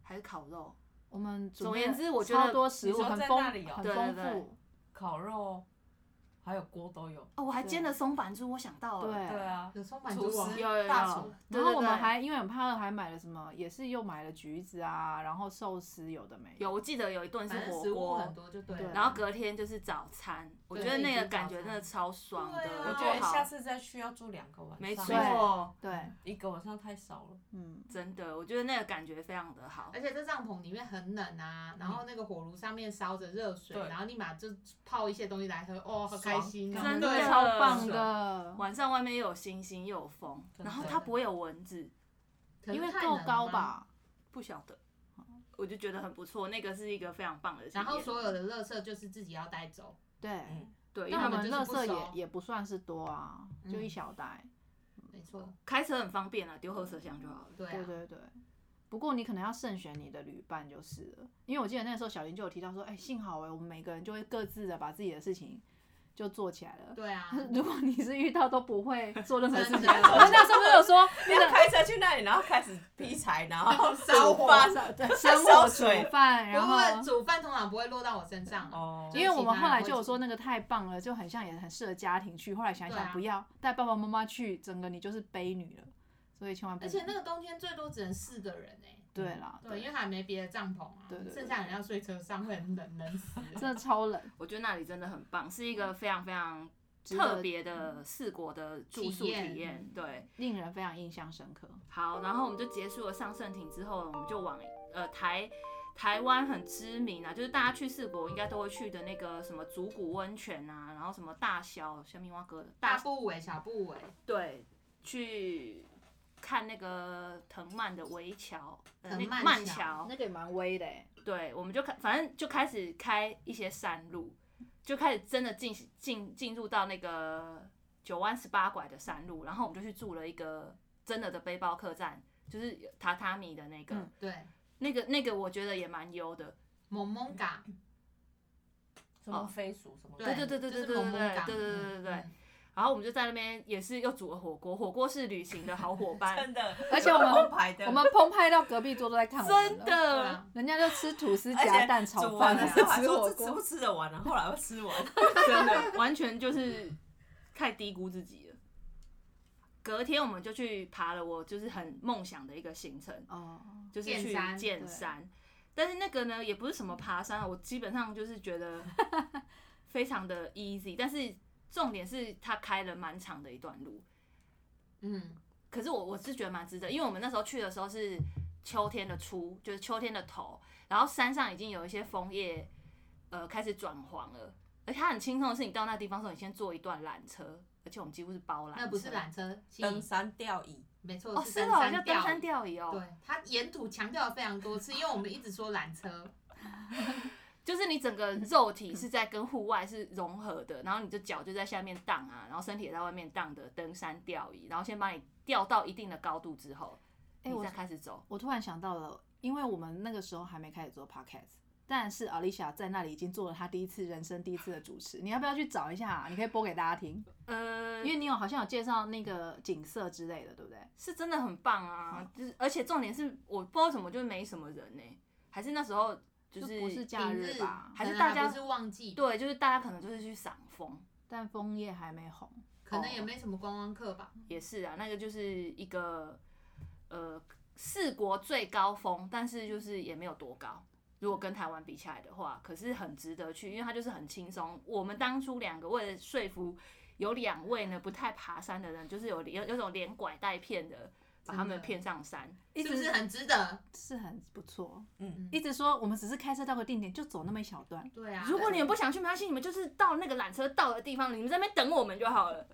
还是烤肉？
我们
总而言之我觉
超
得
多食
你
物
说
很
在
丰
那里哦
很
对
丰
对对
富，
烤肉，还有锅都有。
哦，我还煎了松板猪，我想到了。
对啊，
有充满
厨
足
师
我
有有有
大厨
对
然后我
对
们
对
还因为很怕热，还买了什么，也是又买了橘子啊，然后寿司有的没
有，我记得有一顿是
反正
火
食物
锅
很，多就对
对
了。
然后隔天就是早餐，我觉得那个感觉真的超爽的，
对啊
我
有
觉
多
得
好
下次再去要住两个晚上，
没
对
错，
对，
一个晚上太少了。
嗯，
真的，我觉得那个感觉非常的好
而。且这帐篷里面很冷啊，然后那个火炉上面烧着热水，
对
然后立马就泡一些东西来喝，哦，好
爽
开心哦，
真的
对
超棒
爽
的，
晚上外面又有星星又有风，
真的
然后它不会有蚊子，
可是
因为
太
够
冷了
高
吗？
吧，
不晓得，我就觉得很不错，那个是一个非常棒的体验。
然后所有的垃圾就是自己要带走，
对。
嗯
对，因
那
为
我
我
们
们
就是
们垃
不
圾
收
也也不算是多啊，就一
嗯
小袋。
没错，
开车很方便啊，丢后车厢就好了。
对
对
啊，
对对。不过你可能要慎选你的旅伴就是了，因为我记得那时候小林就有提到说，哎、幸好哎、我们每个人就会各自的把自己的事情就做起来了。
对 啊，
如果你是遇到都不会做任何事
真
情，
的
我们那时候不是有说
你要 开车去那里，然后开始劈柴，然后
烧
煮
火
饭
对生活煮饭，然
不
后
过煮饭通常不会落到我身上啊，
哦
就
因
是
为我
其
们
他
后
人
来
会
就有
煮
说那个太棒了，就很像也很适合家庭去。后来想一
对
想，
啊
不要带爸爸妈妈去，整个你就是悲女了，所以千万不
而
能。
且那个冬天最多只能四个人哎，
啊对啦，
对，因为还没别的帐篷啊，
对对对
剩下人要睡车上会很冷，冷死。
真的超冷，
我觉得那里真的很棒，是一个非常非常
值得
特别的四国的住宿
体验
体验。对，
令人非常印象深刻。
好，然后我们就结束了上圣庭之后，我们就往呃台台湾很知名啊，就是大家去四国应该都会去的那个什么竹谷温泉啊，然后什么大小小米蛙哥的
大
大
部尾、小部尾，
对去看那个藤蔓的围桥，呃
藤
那
蔓
个蔓
桥
桥，
那个也蛮微的欸，
对，我们就开反正就开始开一些山路，就开始真的进进进入到那个九弯十八拐的山路，然后我们就去住了一个真的的背包客栈。就是有榻榻米的那个，
嗯
对，
那个那个我觉得也蛮优的，
蒙蒙嘎，
什么飞鼠什么的，
哦对对对对
就是
对对
蒙蒙嘎，
对对对对对
嗯
然后我们就在那边也是又煮了火锅，火锅是旅行的好伙伴，
真的，
而且我们
安排 的，
我们澎湃到隔壁桌都在看我们
真
了，
对
的。
啊
人家就吃吐司
而且
夹蛋炒
煮
饭啊
完
的
了
时候，
还
吃
说
火
这吃
锅
不，吃得完啊，后来会吃完。
真的完全就是太低估自己了。隔天我们就去爬了我就是很梦想的一个行程，
哦，
就是
剑
去
山嗯
剑山。但是那个呢，也不是什么爬山啊，我基本上就是 觉得非常的 easy。但是重点是它开了蛮长的一段路，
嗯，
可是我我是觉得蛮值得，因为我们那时候去的时候是秋天的初，就是秋天的头，然后山上已经有一些枫叶，呃，开始转黄了。而且它很轻松的是，你到那地方的时候，你先坐一段缆车，而且我们几乎是包缆车，
那不是缆车，是
登山吊椅，
没错，
嗯哦，
是
是
登
哦，
山
叫
吊
登
椅
山吊椅哦，
对，他沿途强调了非常 多次，因为我们一直说缆车，
就是你整个肉体是在跟户外是融合的，然后你的脚就在下面荡啊，然后身体也在外面荡的登山吊椅，然后先把你吊到一定的高度之后，
哎
你
我
再开始走。
我突然想到了，因为我们那个时候还没开始做 podcast，但是 Alicia 在那里已经做了她第一次人生第一次的主持，你要不要去找一下啊、你可以播给大家听，
呃，
因为你有好像有介绍那个景色之类的，对不对？
是真的很棒啊！就是而且重点是我不知道为什么，就是没什么人呢、还是那时候就
就是不是假
平
日
日
吧？
还是
可能
大家
不是旺季，
对，就是大家可能就是去赏枫，
但枫叶还没红，哦
可能也没什么观光客吧，
也是啊，那个就是一个呃四国最高峰，但是就是也没有多高。如果跟台湾比起来的话，可是很值得去，因为它就是很轻松。我们当初两个为了说服有两位呢不太爬山的人，就是有有有种连拐带骗的，把他
真
们
的
骗上山。
一
是不
直
是很值得？
是很不错，
嗯
一直说我们只是开车到个定点，就走那么一小段，
对啊，
如果你们不想去，没关系，你们就是到那个缆车到的地方，你们在那边等我们就好了。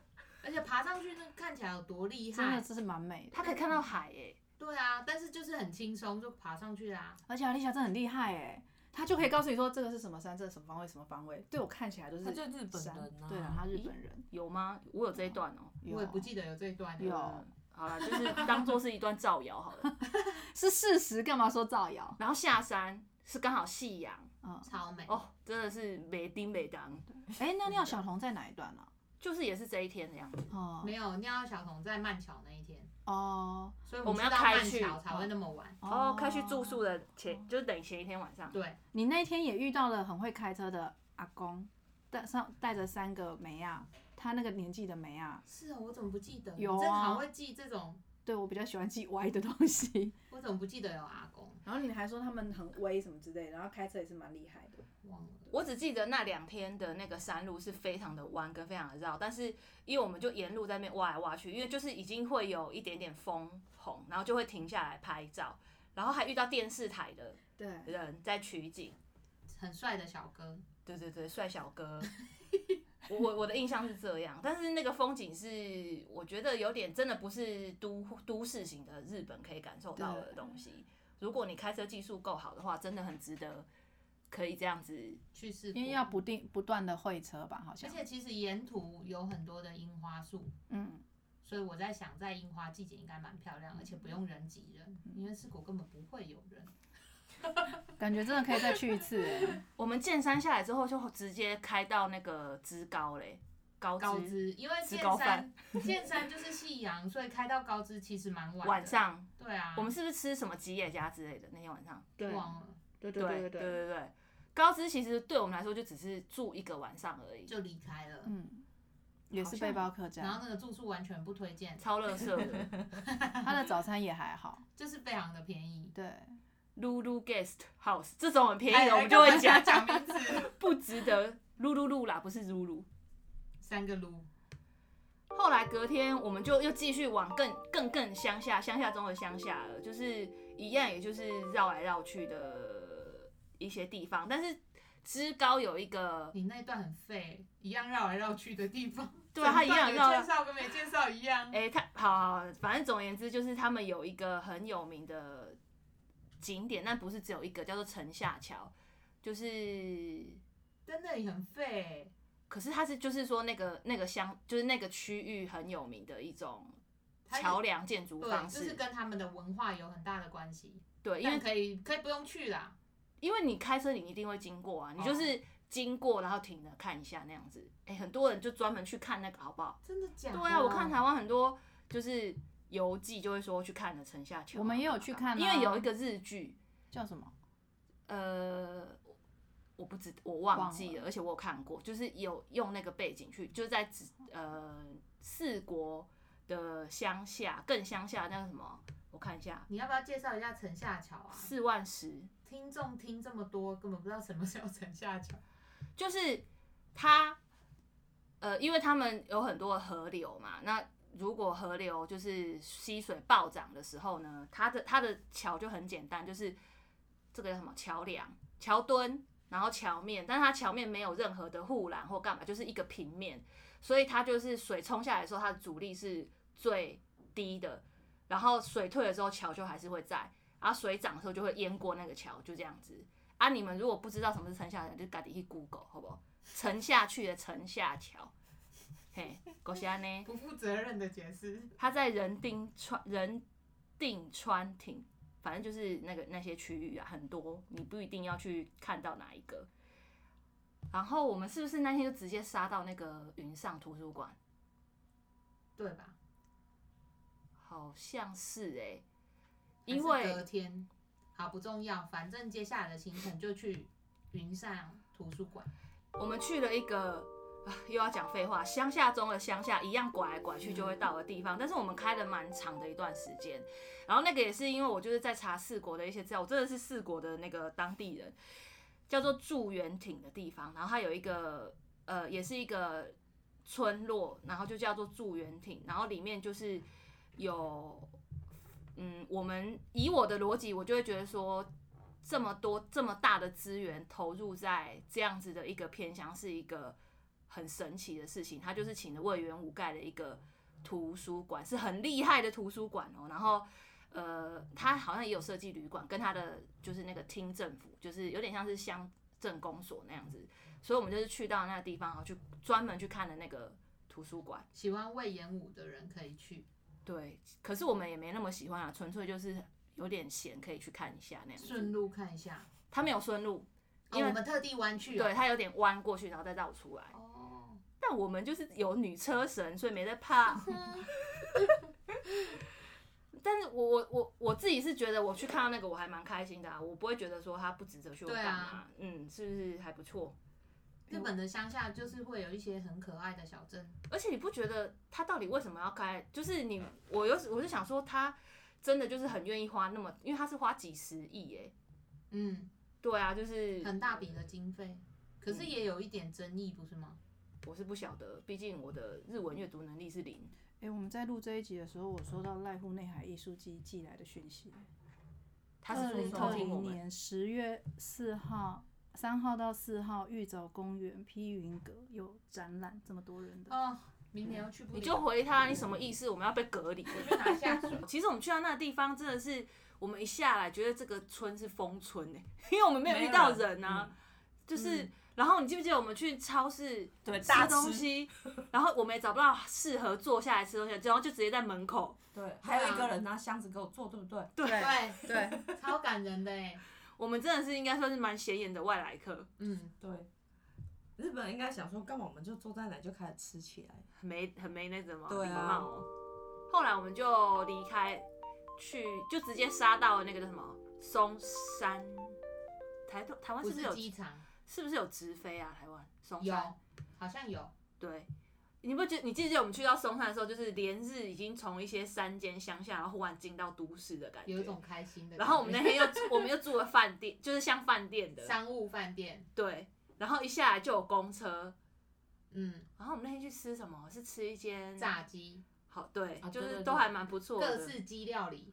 而且爬上去那看起来有多厉
真的
害，
这是蛮美的
他。可以看到海耶、
对啊，但是就是很轻松就爬上去啦，
而且阿丽莎真的很厉害哎，她就可以告诉你说这个是什么山，这个什么方位，什么方位。对我看起来都是
他就日本
山
人啊
对啊，她日本人。
有吗？我有这一段哦、
我也不记得有这一段了
有
嗯好了，就是当做是一段造谣好了。
是事实，干嘛说造谣？
然后下山是刚好夕阳，
嗯，
超美。
哦，真的是美丁美当，
哎、那廖小童在哪一段呢、
就是也是这一天的样子。
哦
没有尿小童在曼桥那一天，
哦
所以
我
们
们
知
要
道
开
曼
去
桥才会那么晚。
哦，开去住宿。的前，就是等前一天晚上。
对，
你那天也遇到了很会开车的阿公，带上带着三个梅亚，他那个年纪的梅亚，
是哦，我怎么不记得？
有
你真的好
啊
会记这种，
对我比较喜欢记歪的东西。
我怎么不记得有阿公？
然后你还说他们很威什么之类的，然后开车也是蛮厉害的。
忘了。
我只记得那两天的那个山路是非常的弯跟非常的绕，但是因为我们就沿路在那边挖来挖去，因为就是已经会有一点点风红，然后就会停下来拍照，然后还遇到电视台的
对，
人在取景，
很帅的小哥，
对对对，帅小哥。我我我的印象是这样，但是那个风景是我觉得有点真的不是都都市型的日本可以感受到的东西。如果你开车技术够好的话，真的很值得可以这样子
去世
因为要不定不断的会车吧，好
而
像。
且其实沿途有很多的樱花树，
嗯，
所以我在想，在樱花季节应该蛮漂亮，而且不用人挤人，
嗯
因为四国根本不会有人。
感觉真的可以再去一 次欸。
我们剑山下来之后，就直接开到那个芝高嘞，高
高
知
知，因为
吃
剑
高
山剑山就是夕阳，所以开到高知其实蛮晚的。
晚上，
对啊，
我们是不是吃什么吉野家之类的？那天晚上，
对
忘了
对
对对对对高知其实对我们来说就只是住一个晚上而已，
就离开了。
嗯，也是背包客
然后
栈，
那个住宿完全不推荐，
超乐色的。
他的早餐也还好。
就是非常的便宜。
对，
Lulu Guest House 这种很便宜的，
哎
我们就会
干嘛
讲
讲名字，
不值得。噜噜噜啦，不是噜噜。
三个撸，
后来隔天，我们就又继续往更更更乡下，乡下中的乡下了，就是一样，也就是绕来绕去的一些地方。但是芝高有一个，
你那一段很废，一样绕来绕去的地方。
对啊，它一样
整
绕
段有
来
介。绍跟没介绍一样。
哎、它好好，好反正总而言之，就是他们有一个很有名的景点，但不是只有一个，叫做城下桥，就是。
真的也很废，
可是它是就是说那个那个乡就是那个区域很有名的一种
它也
桥梁建筑
对，
方
就
式，
是跟他们的文化有很大的关系。
对，因
但
为
可以可以不用去啦，
因为你开车你一定会经过啊，你就是经过然后停了看一下那样子。哎、很多人就专门去看那个，好不好？
真的假的？
对啊，我看台湾很多就是游记就会说去看了城下桥啊，
我们也有去看啊
因为有一个日剧，
叫什么？
呃。我不知我忘记
忘
了，而且我有看过，就是有用那个背景去，就是在指呃四国的乡下，更乡下那个什么，我看一下，
你要不要介绍一下城下桥啊？
四万十，
听众听这么多，根本不知道什么叫城下桥。
就是它，呃，因为他们有很多的河流嘛，那如果河流就是溪水暴涨的时候呢，它的它的桥就很简单，就是这个叫什么桥梁、桥墩，然后桥面，但是它桥面没有任何的护栏或干嘛，就是一个平面，所以它就是水冲下来的时候，它的阻力是最低的，然后水退的时候，桥就还是会在。然后水涨的时候就会淹过那个桥，就这样子。啊，你们如果不知道什么是城下桥，就赶紧去 Google 好不好？沉下去的城下桥，嘿，狗虾呢？
不负责任的解释，
它在人定川人定川町，反正就是那个那些区域啊，很多你不一定要去看到哪一个。然后我们是不是那天就直接杀到那个云上图书馆？
对吧？
好像是哎、
还
因
是
为
隔天，好不重要，反正接下来的行程就去云上图书馆。
我们去了一个，啊又要讲废话，乡下中的乡下，一样拐来拐去就会到的地方。但是我们开了蛮长的一段时间，然后那个也是因为我就是在查四国的一些资料，我真的是四国的那个当地人，叫做祝元町的地方，然后它有一个呃，也是一个村落，然后就叫做祝元町，然后里面就是有。嗯，我们以我的逻辑，我就会觉得说，这么多这么大的资源投入在这样子的一个偏乡，是一个很神奇的事情。他就是请了魏源武盖的一个图书馆，是很厉害的图书馆哦。然后，呃，他好像也有设计旅馆，跟他的就是那个厅政府，就是有点像是乡镇公所那样子。所以我们就是去到那个地方，然后去专门去看了那个图书馆。
喜欢魏延武的人可以去，
对，可是我们也没那么喜欢啊，纯粹就是有点闲可以去看一下那样
顺
子。
路看一下。
它没有顺路，
哦，
因为
我们特地弯去、啊
对，，它有点弯过去，然后再绕出来。
哦，
但我们就是有女车神，所以没在怕。 但是我我我我自己是觉得，我去看到那个我还蛮开心的、啊，我不会觉得说它不值得去我
对
干
啊
嘛，嗯，是不是还不错？
日本的乡下就是会有一些很可爱的小镇，
而且你不觉得他到底为什么要开？就是你，我有时我就想说，他真的就是很愿意花那么，因为他是花几十亿耶、
嗯，
对啊，就是
很大笔的经费，可是也有一点争议，不是吗？
我是不晓得，毕竟我的日文阅读能力是零。
哎、我们在录这一集的时候，我收到濑户内海艺术季寄来的讯息，
他
二
是
零
说
二
偷听我
零
们，
年十月四号、三号到四号，玉藻公园披云阁有展览，这么多人的。
哦，明年要去不？
你就回他，你什么意思？我们要被隔离。
我去拿下水。
其实我们去到那个地方，真的是我们一下来觉得这个村是风村哎、因为我们没有遇到人啊。就是，然后你记不记得我们去超市
对，大
吃东，西，然后我们也找不到适合坐下来吃东西，然后就直接在门口。
对，还有一个人拿箱子给我做，对不对？
对
对，
对，
超感人的哎，
我们真的是应该算是蛮显眼的外来客，
嗯，
对，日本人应该想说，干嘛我们就坐在哪就开始吃起来？
很没很没那什么
对
礼
啊
貌哦。后来我们就离开，去就直接杀到了那个叫什么松山，台东台湾
不
是不是
是
有
机场，
是不是有直飞啊？台湾松
有
山，
好像有，
对，你不觉你记不记得我们去到松山的时候，就是连日已经从一些山间乡下，然后忽然进到都市的感觉。
有一种开心的感觉。
然后我们那天又 我们又住了饭店，就是像饭店的，
商务饭店，
对。然后一下来就有公车，
嗯，
然后我们那天去吃什么？是吃一间
炸哦鸡，
好对
啊，
就
对
是
对
都
对
还蛮不错
各
的，
式鸡料理，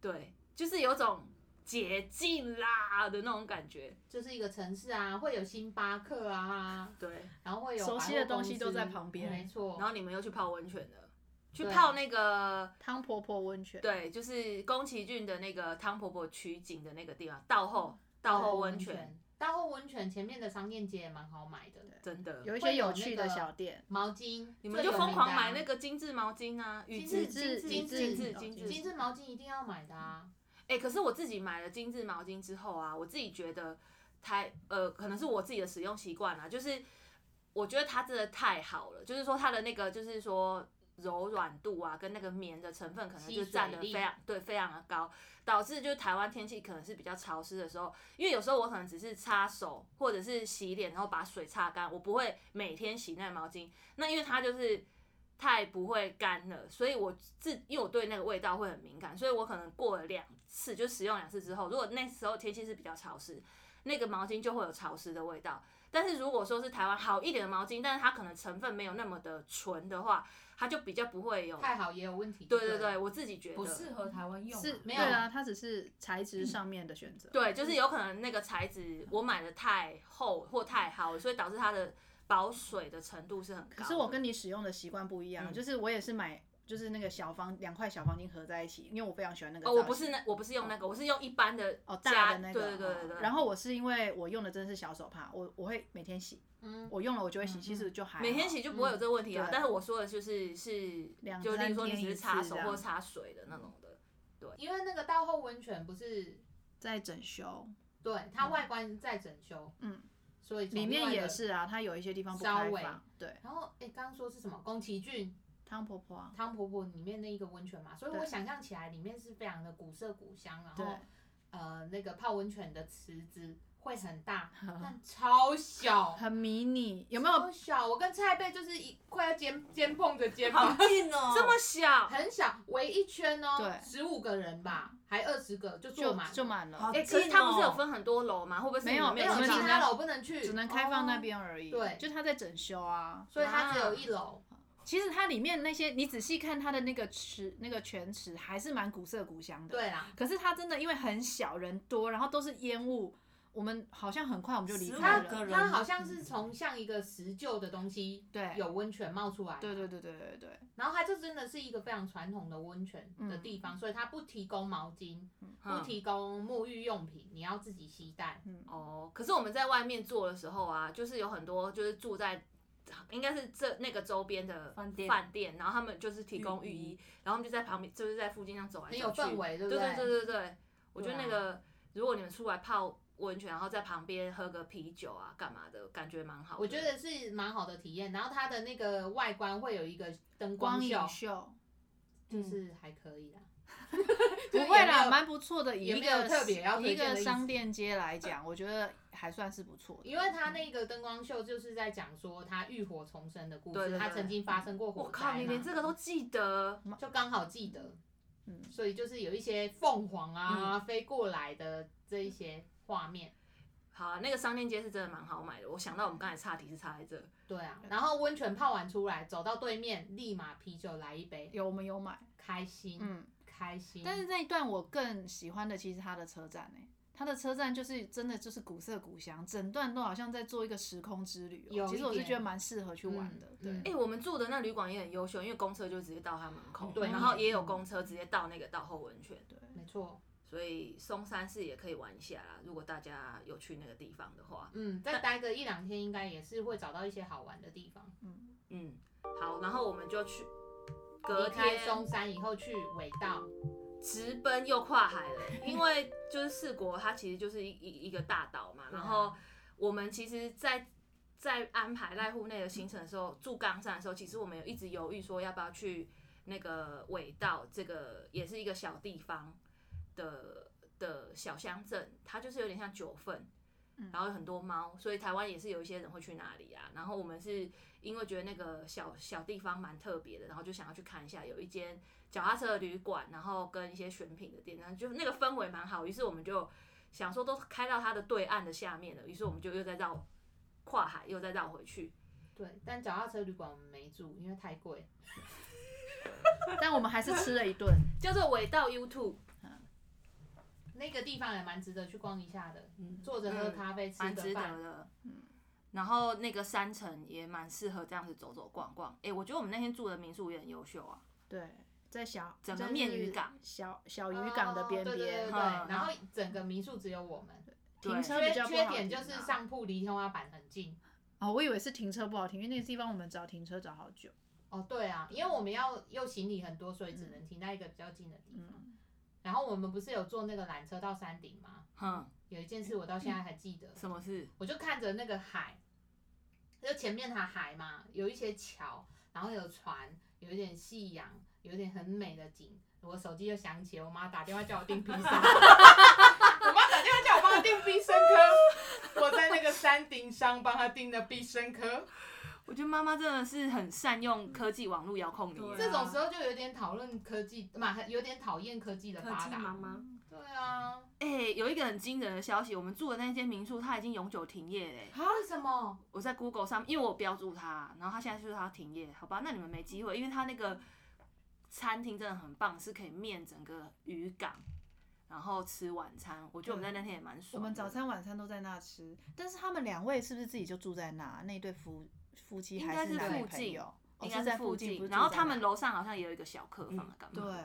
对，就是有种解禁啦的那种感觉，
就是一个城市啊，会有星巴克啊，
对。
然后会有
熟悉的东西都在
百货公司
旁边
没错。
然后你们又去泡温泉了，去
哦对
泡那个
汤婆婆温泉，
对，就是宫崎骏的那个汤婆婆取景的那个地方，道后道后温泉，，
大后温泉前面的商店街也蛮好买的，
真的，
有一
会
些
有
有趣
那个
的小店。
毛巾，
你们就疯狂
啊
买那个精致毛巾啊，羽
精致
精
精
致精
致
致
精
精
致精
致。
致毛巾一定要买的啊，
哎，可是我自己买了精致毛巾之后啊，我自己觉得台呃，可能是我自己的使用习惯啦，就是我觉得它真的太好了，就是说它的那个就是说。柔软度啊，跟那个棉的成分可能
吸
就占的
水力
非常对非常的高，导致就是台湾天气可能是比较潮湿的时候，因为有时候我可能只是擦手或者是洗脸，然后把水擦干，我不会每天洗那个毛巾。那因为它就是太不会干了，所以我自因为我对那个味道会很敏感，所以我可能过了两次就使用两次之后，如果那时候天气是比较潮湿，那个毛巾就会有潮湿的味道。但是如果说是台湾好一点的毛巾，但是它可能成分没有那么的纯的话，它就比较不会有。
太好也有问题。
对对对，我自己觉得
不适合台湾用啊，
是
没有
对啊，它只是材质上面的选择。
嗯对，
嗯
就是有可能那个材质我买的太厚或太好，所以导致它的保水的程度是很高的。
可是我跟你使用的习惯不一样，
嗯
就是我也是买，就是那个小方两块小方巾合在一起，因为我非常喜欢那个。
哦，我不是那我不是用那个，我是用一般的
哦
家
大的那个，
对对对对对。
然后我是因为我用的真的是小手帕，我我会每天洗，
嗯，
我用了我就会洗，其实就还好
每天洗就不会有这个问题啊。
嗯对
但是我说的就是是
两，
就例如说
三
你
天
只是擦手
一次这样
或擦水的那种的，
因为那个大后温泉不是，
在整修，
对它外观在整修，
嗯，
所以从
里面
另外
也
的。
是啊，它有一些地方不
稍
开
微
放。对，
然后，哎，刚刚说是什么？宫崎骏
汤婆婆啊，
汤婆婆里面那一个温泉嘛，所以
对
我想象起来里面是非常的古色古香，然
对，
后呃那个泡温泉的池子会很 大，但超小，
很迷你， 有没有？
超小，我跟蔡贝就是一快要肩肩碰着肩
好
膀，
近哦，
这么小，
很小，围一圈哦
对，
十五个人吧，还二十个就坐
哦就
满，
就满了
好，
哎，可
近
是它不
哦
是有分很多楼吗？会不会是
没有
你
没
没
有
我
其
们只
他
能
楼不能去，
只能开放那边而已。
对
就它在整修啊，
所以它只有一楼，
其实它里面那些，你仔细看它的那个池，那个泉池还是蛮古色古香的。。
对啦，
可是它真的因为很小，人多，然后都是烟雾，我们好像很快我们就离开
15
它
个
了。
人
它好像是从像一个石臼的东西
对。
有温泉冒出来，
对对对对对对。
然后它就真的是一个非常传统的温泉的地方，所以它不提供毛巾，不
嗯
提供沐浴用品，你要自己携带。
嗯。
哦，可是我们在外面做的时候啊，就是有很多就是住在应该是这那个周边的
饭店
饭店，然后他们就是提供
浴
浴
衣
衣，然后他们就在旁边，就是在附近这样走来
很有
走去，
氛围，对不
对
对
对对对，我觉得
对啊
那个、如果你们出来泡温泉，然后在旁边喝个啤酒啊，干嘛的，感觉蛮好的。
我觉得是蛮好的体验。然后它的那个外观会有一个灯
光
秀
影，秀
嗯
就是还可以啦。就是
不会
也没
啦，
有
蛮不错的。以
也
一
没有
个
特别要
以一
推荐
个
的意
商
思
店街来讲，我觉得还算是不错的。
因为他那个灯光秀就是在讲说他浴火重生的故事，
对对对
他曾经发生过火
我
灾
靠，你连
嘛
这个都记得，
就刚好记得，
嗯
所以就是有一些凤凰
嗯
啊、飞过来的这一些画面，
好、啊，那个商店街是真的蛮好买的。我想到我们刚才差题是差在这，
对啊。然后温泉泡完出来，走到对面，立马啤酒来一杯，
有我们有买，
开心，
嗯，
开心。
但是那一段我更喜欢的其实它的车站呢、它的车站就是真的就是古色古香，整段都好像在做一个时空之旅、
有
哦。其
一
实我是
点
觉得蛮适合去玩的，
嗯
哎、
对。
我们住的那旅馆也很优秀，因为公车就直接到他门口，
嗯对
然后也有公车直接到那个到后温泉，
没错，
所以松山市也可以玩一下啦。如果大家有去那个地方的话，
嗯，再待个一两天，应该也是会找到一些好玩的地方。
嗯，好，然后我们就去隔
离开
天
松山以后去尾道，
嗯
直奔又跨海了，因为就是四国它其实就是一一一个大岛嘛，然后我们其实在。在安排濑户内的行程的时候，住冈山的时候，其实我们有一直犹豫说要不要去那个尾道，这个也是一个小地方的的小乡镇，它就是有点像九份，然后有很多猫，所以台湾也是有一些人会去那里啊。然后我们是因为觉得那个小小地方蛮特别的，然后就想要去看一下，有一间脚踏车的旅馆，然后跟一些选品的店，然后就那个氛围蛮好。于是我们就想说都开到它的对岸的下面了，于是我们就又再绕跨海，又再绕回去。
对，但脚踏车旅馆我们没住，因为太贵。
但我们还是吃了一顿，
叫做尾道 U Two，
那个地方也蛮值得去逛一下的，
嗯
坐着
嗯
喝咖啡，吃
蛮
个
值
饭啊
得，嗯的。然后那个山城也蛮适合这样子走走逛逛。哎、我觉得我们那天住的民宿也很优秀啊。
对，在小
整个
就是
面渔港
小小渔港的边
哦对对对
边，
对
嗯
然后整个民宿只有我们，
停车比
缺
较不好
缺点就
停
是
啊
上铺离天花板很近。
哦，我以为是停车不好停，因为那个地方我们找停车找好久。
哦，对啊，因为我们要又行李很多，所以只能停在一个比较近的地方。
嗯
嗯
然后我们不是有坐那个缆车到山顶吗？
哼，
有一件事我到现在还记得，
什么事？
我就看着那个海，就前面它海嘛，有一些桥，然后有船，有一点夕阳，有一点很美的景。我手机就响起，我妈打电话叫我订披萨， 我妈打电话叫我帮她订必胜客，我在那个山顶上帮她订的必胜客。
我觉得妈妈真的是很善用科技网络遥控你耶。
对啊
这种时候就有点讨论科技，嘛，有点讨厌科技的
科
发
技妈
达。
妈，
对啊，
哎、有一个很惊人的消息，我们住的那间民宿它已经永久停业嘞。
啊，为什么？
我在 Google 上，因为我标注它，然后它现在就是它停业，好吧？那你们没机会，因为它那个餐厅真的很棒，是可以面整个渔港，然后吃晚餐。我觉得我们在那天也蛮
我
爽的。
们早餐晚餐都在那吃，但是他们两位是不是自己就住在那？那一对夫夫妻
应
还
该是
男女
附
朋
近
友？哦
应
是
该
在
附
近，不是住
然后
在
他
哪嗯
们楼上好像也有一个小客房的干嘛？
对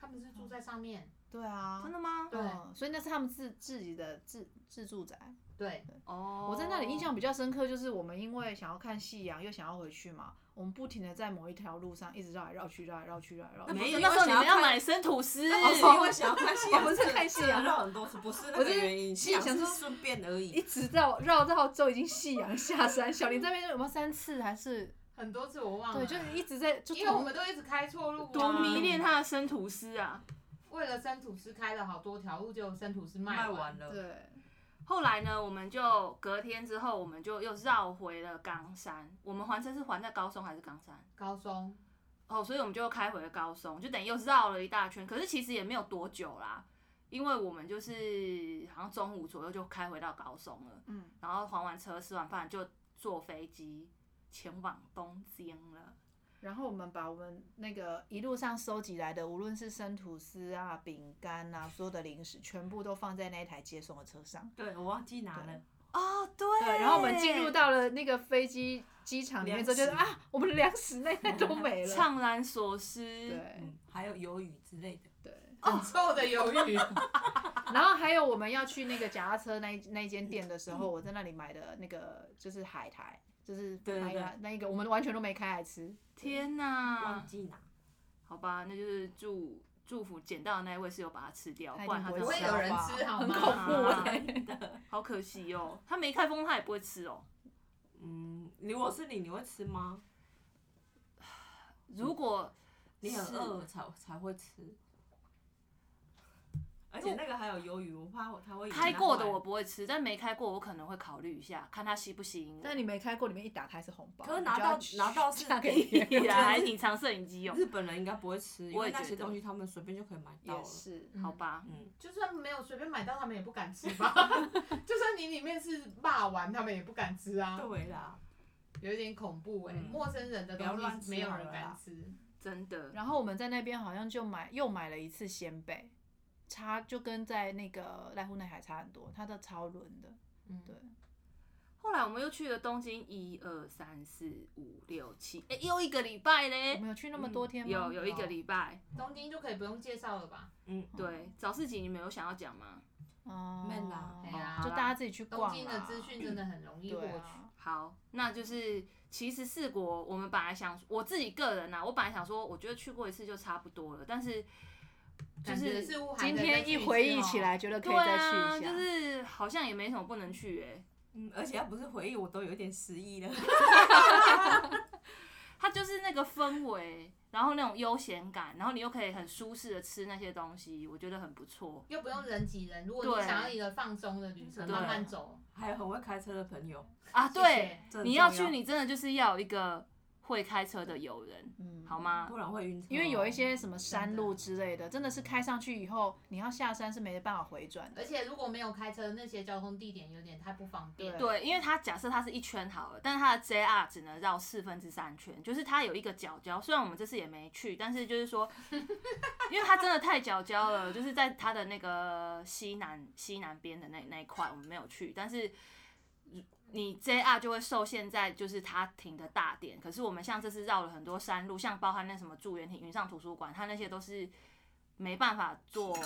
他们是住在上面。
对啊，
真的吗？
对
嗯，所以那是他们自自己的自自住宅。
对，
哦，
我在那里印象比较深刻，就是我们因为想要看夕阳，又想要回去嘛，我们不停的在某一条路上一直绕来绕去，绕来绕去，绕来绕去。
不
没
是
有，
因
那
为
时候你
想
们要
要看
买生 吐
哦
司，
那不是哦因为想要看夕阳，
我不是看夕阳
绕很多次，不是那
我
个
是
原因，夕阳
想
是
说
顺便而
一
已。
直绕绕到就已经夕阳下山，小林这边有没有三次还是
很多次我忘
嗯
了。
对，就是一直在就
因为我
从
们都一直开错路、啊，
多迷恋他的生吐司啊！
为了生吐司开了好多条路，结果生吐司卖
卖
完
完了，
对
后来呢，我们就隔天之后，我们就又绕回了冈山。我们还车是还在高松还是冈山？
高松
哦，所以我们就开回了高松，就等于又绕了一大圈。可是其实也没有多久啦，因为我们就是好像中午左右就开回到高松了。
嗯，
然后还完车、吃完饭就坐飞机前往东京了。
然后我们把我们那个一路上收集来的，无论是生吐司啊、饼干啊，所有的零食，全部都放在那一台接送的车上。
对我忘记拿了，
哦，对
对，然后我们进入到了那个飞机机场里面之后，就
粮
是
食
啊，我们的粮食那些都没了。
怅然所思。
对
嗯，还有鱿鱼之类的，
对，
很臭的鱿 鱼，
然后还有我们要去那个脚踏车那一那一间店的时候，我在那里买的那个就是海苔就是
对对
买
对
了那一个我们完全都没开来吃。
天哪
忘！记拿。
好吧，那就是祝祝福捡到的那一位是有把它吃掉，
他一
不然
定
他
不
真
不
的
会
会有
吃好
人
不好
吃好
很
吗？
恐怖
啊
哎、好可惜哦。他没开封，他也不会吃哦。
嗯，如果是你，你会吃吗？
如果
你很
是
饿才才会吃。而且那个还有鱿鱼，我怕它会
开过的我。不会吃，但没开过我可能会考虑一下，看它吸不吸引我。
但你没开过，里面一打开是红包，
可是
你
拿
就要
到拿到 是
嫁给别人
你啊，还隐藏摄影机哦。
日本人应该不会吃，因
我
为
也
那
觉
些
得
东西他们随便就可以买
也
到了。
是。
好吧，
嗯，
就算没有随便买到，他们也不敢吃吧？ 就算你里面是霸丸，他们也不敢吃啊，
对啦，
有一点恐怖哎、
嗯
陌生人的
不要
东
乱
西
吃
没有
好
人
了
敢
啦
吃，
真的。
然后我们在那边好像就买又买了一次鲜贝，差就跟在那个濑户内海差很多，它的超轮的，
嗯，
对
后来我们又去了东京，一二三四五六七，哎，又一个礼拜
我
嘞。
们有去那么多天吗？
嗯有有一个礼拜，
东京就可以不用介绍了吧？
对，早市集你们有想要讲吗？
哦，
没啦
哎呀
好
就
啦
大家自己去
东
逛
京的
啦
资讯真的很容易获
对
取，
啊，
好，那就是其实四国，我们本来想我自己个人呐、啊我本来想说，我觉得去过一次就差不多了，但是就
感觉
是
是乌海
今
的
天
再
一
去
回
次
忆
哦
起，来，觉得可
对
以再去
啊，
一下。
就是好像也没什么不能去哎、
嗯，而且要不是回忆，我都有点失忆了。
它就是那个氛围，然后那种悠闲感，然后你又可以很舒适的吃那些东西，我觉得很不错。
又不用人挤人。如果
对
你想要一个放松的旅程，
对
慢慢走。
还有很会开车的朋友，
啊，
谢
对，
谢，
这很
你要
重
去，你真的就是要有一个会开车的友人，
嗯
好吗
不？然会晕车哦。
因为有一些什么山路之类的，真的是开上去以后，你要下山是没办法回转的。
而且如果没有开车，那些交通地点有点太不方便。
对
对，因为它假设它是一圈好了，但是它的 JR 只能绕四分之三圈，就是它有一个角角。虽然我们这次也没去，但是就是说，因为它真的太角角了，就是在它的那个西南西南边的那那一块我们没有去，但是你 JR 就会受限在就是它停的大点。可是我们像这次绕了很多山路，像包含那什么助园亭、云上图书馆，它那些都是没办法做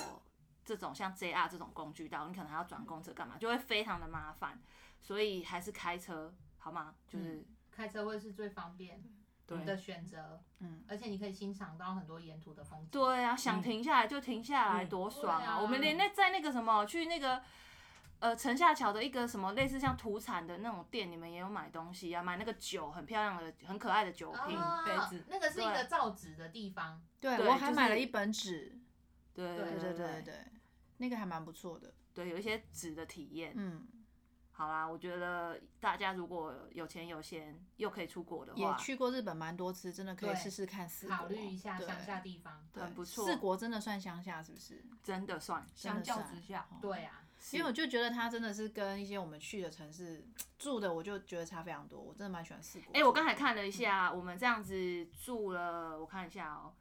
这种像 JR 这种工具道，你可能还要转公车干嘛，就会非常的麻烦。所以还是开车好吗？就是、
开车会是最方便的
对
选择。
嗯，
而且你可以欣赏到很多沿途的风景。
对啊，想停下来就停下来，
嗯
多爽
对
啊！
啊
我们连那在那个什么去那个。呃，城下桥的一个什么类似像土产的那种店，你们也有买东西啊，买那个酒，很漂亮的、很可爱的酒瓶，
啊
杯子
那个是一
对
个造纸的地方，
对
对
我还
就是
买了一本纸，
对
对对
对对对
对
对，那个还蛮不错的。
对，有一些纸的体验。
嗯，
好啦，我觉得大家如果有钱有闲又可以出国的
也
话，
去过日本蛮多次，真的可以
对
试试看四国，
考虑一下
对
乡下地方。
对
很不错
四国真的算乡下，是不是？
真的算
真的
相较
算
之下，
哦
对啊，
因为我就觉得它真的是跟一些我们去的城市住的，我就觉得差非常多。我真的蛮喜欢四国。
哎、我刚才看了一下，啊我们这样子住了，我看一下哦，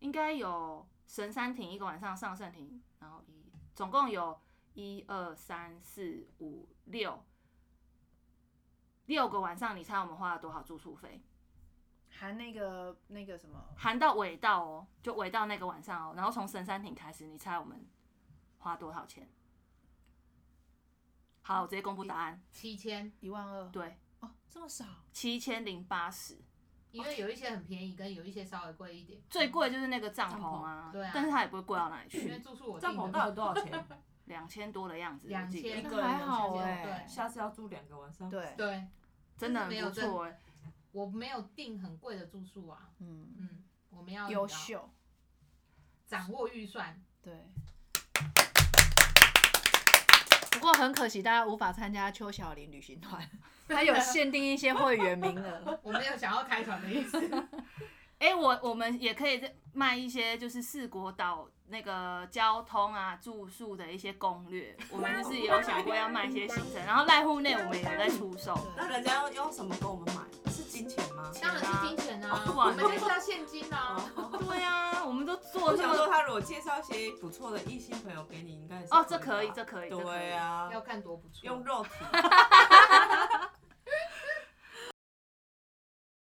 应该有神山亭一个晚上，上圣亭，然后一总共有一二三四五六六个晚上，你猜我们花了多少住宿费？
含那个那个什么，
含到尾到哦，就尾到那个晚上哦，然后从神山亭开始，你猜我们花多少钱？好，我直接公布答案，
七千，
一万二，
对，
哦，这么少，
七千零八十。
因为有一些很便宜，跟有一些稍微贵一点。
最贵就是那个帐篷啊，
篷对啊
但是它也不会贵到哪里
因为
去，
住宿我
帐
订
篷
的
到底多少 钱？
两千多的样子，
两
我记得
千
一个
那
人
还
有
好
时间
哎、
下次要住两个晚上。
对，
对，
真的很不
就是没有
错哎、
我没有订很贵的住宿啊。
嗯，
嗯，我们要
优
你知道
秀，
掌握预算，
对。不过很可惜，大家无法参加邱小林旅行团，他有限定一些会员名额。
我没有想要开船的意思。
哎、我我们也可以再卖一些就是四国岛那个交通啊、住宿的一些 攻略，我们就是也有想过要卖一些行程，然后濑户内我们也有在出 售。
那人家要用什么跟我们买？是金钱吗？
当然是金钱啊，
哇
我们就是要现金啊。
对啊，我们都做
我
这
想说，
么
他如果介绍一些不错的异性朋友给你，应该也是
哦哦，这可以，这
可
可以，
以
这
吧
可以
对。啊，
要看多不错，
用肉体，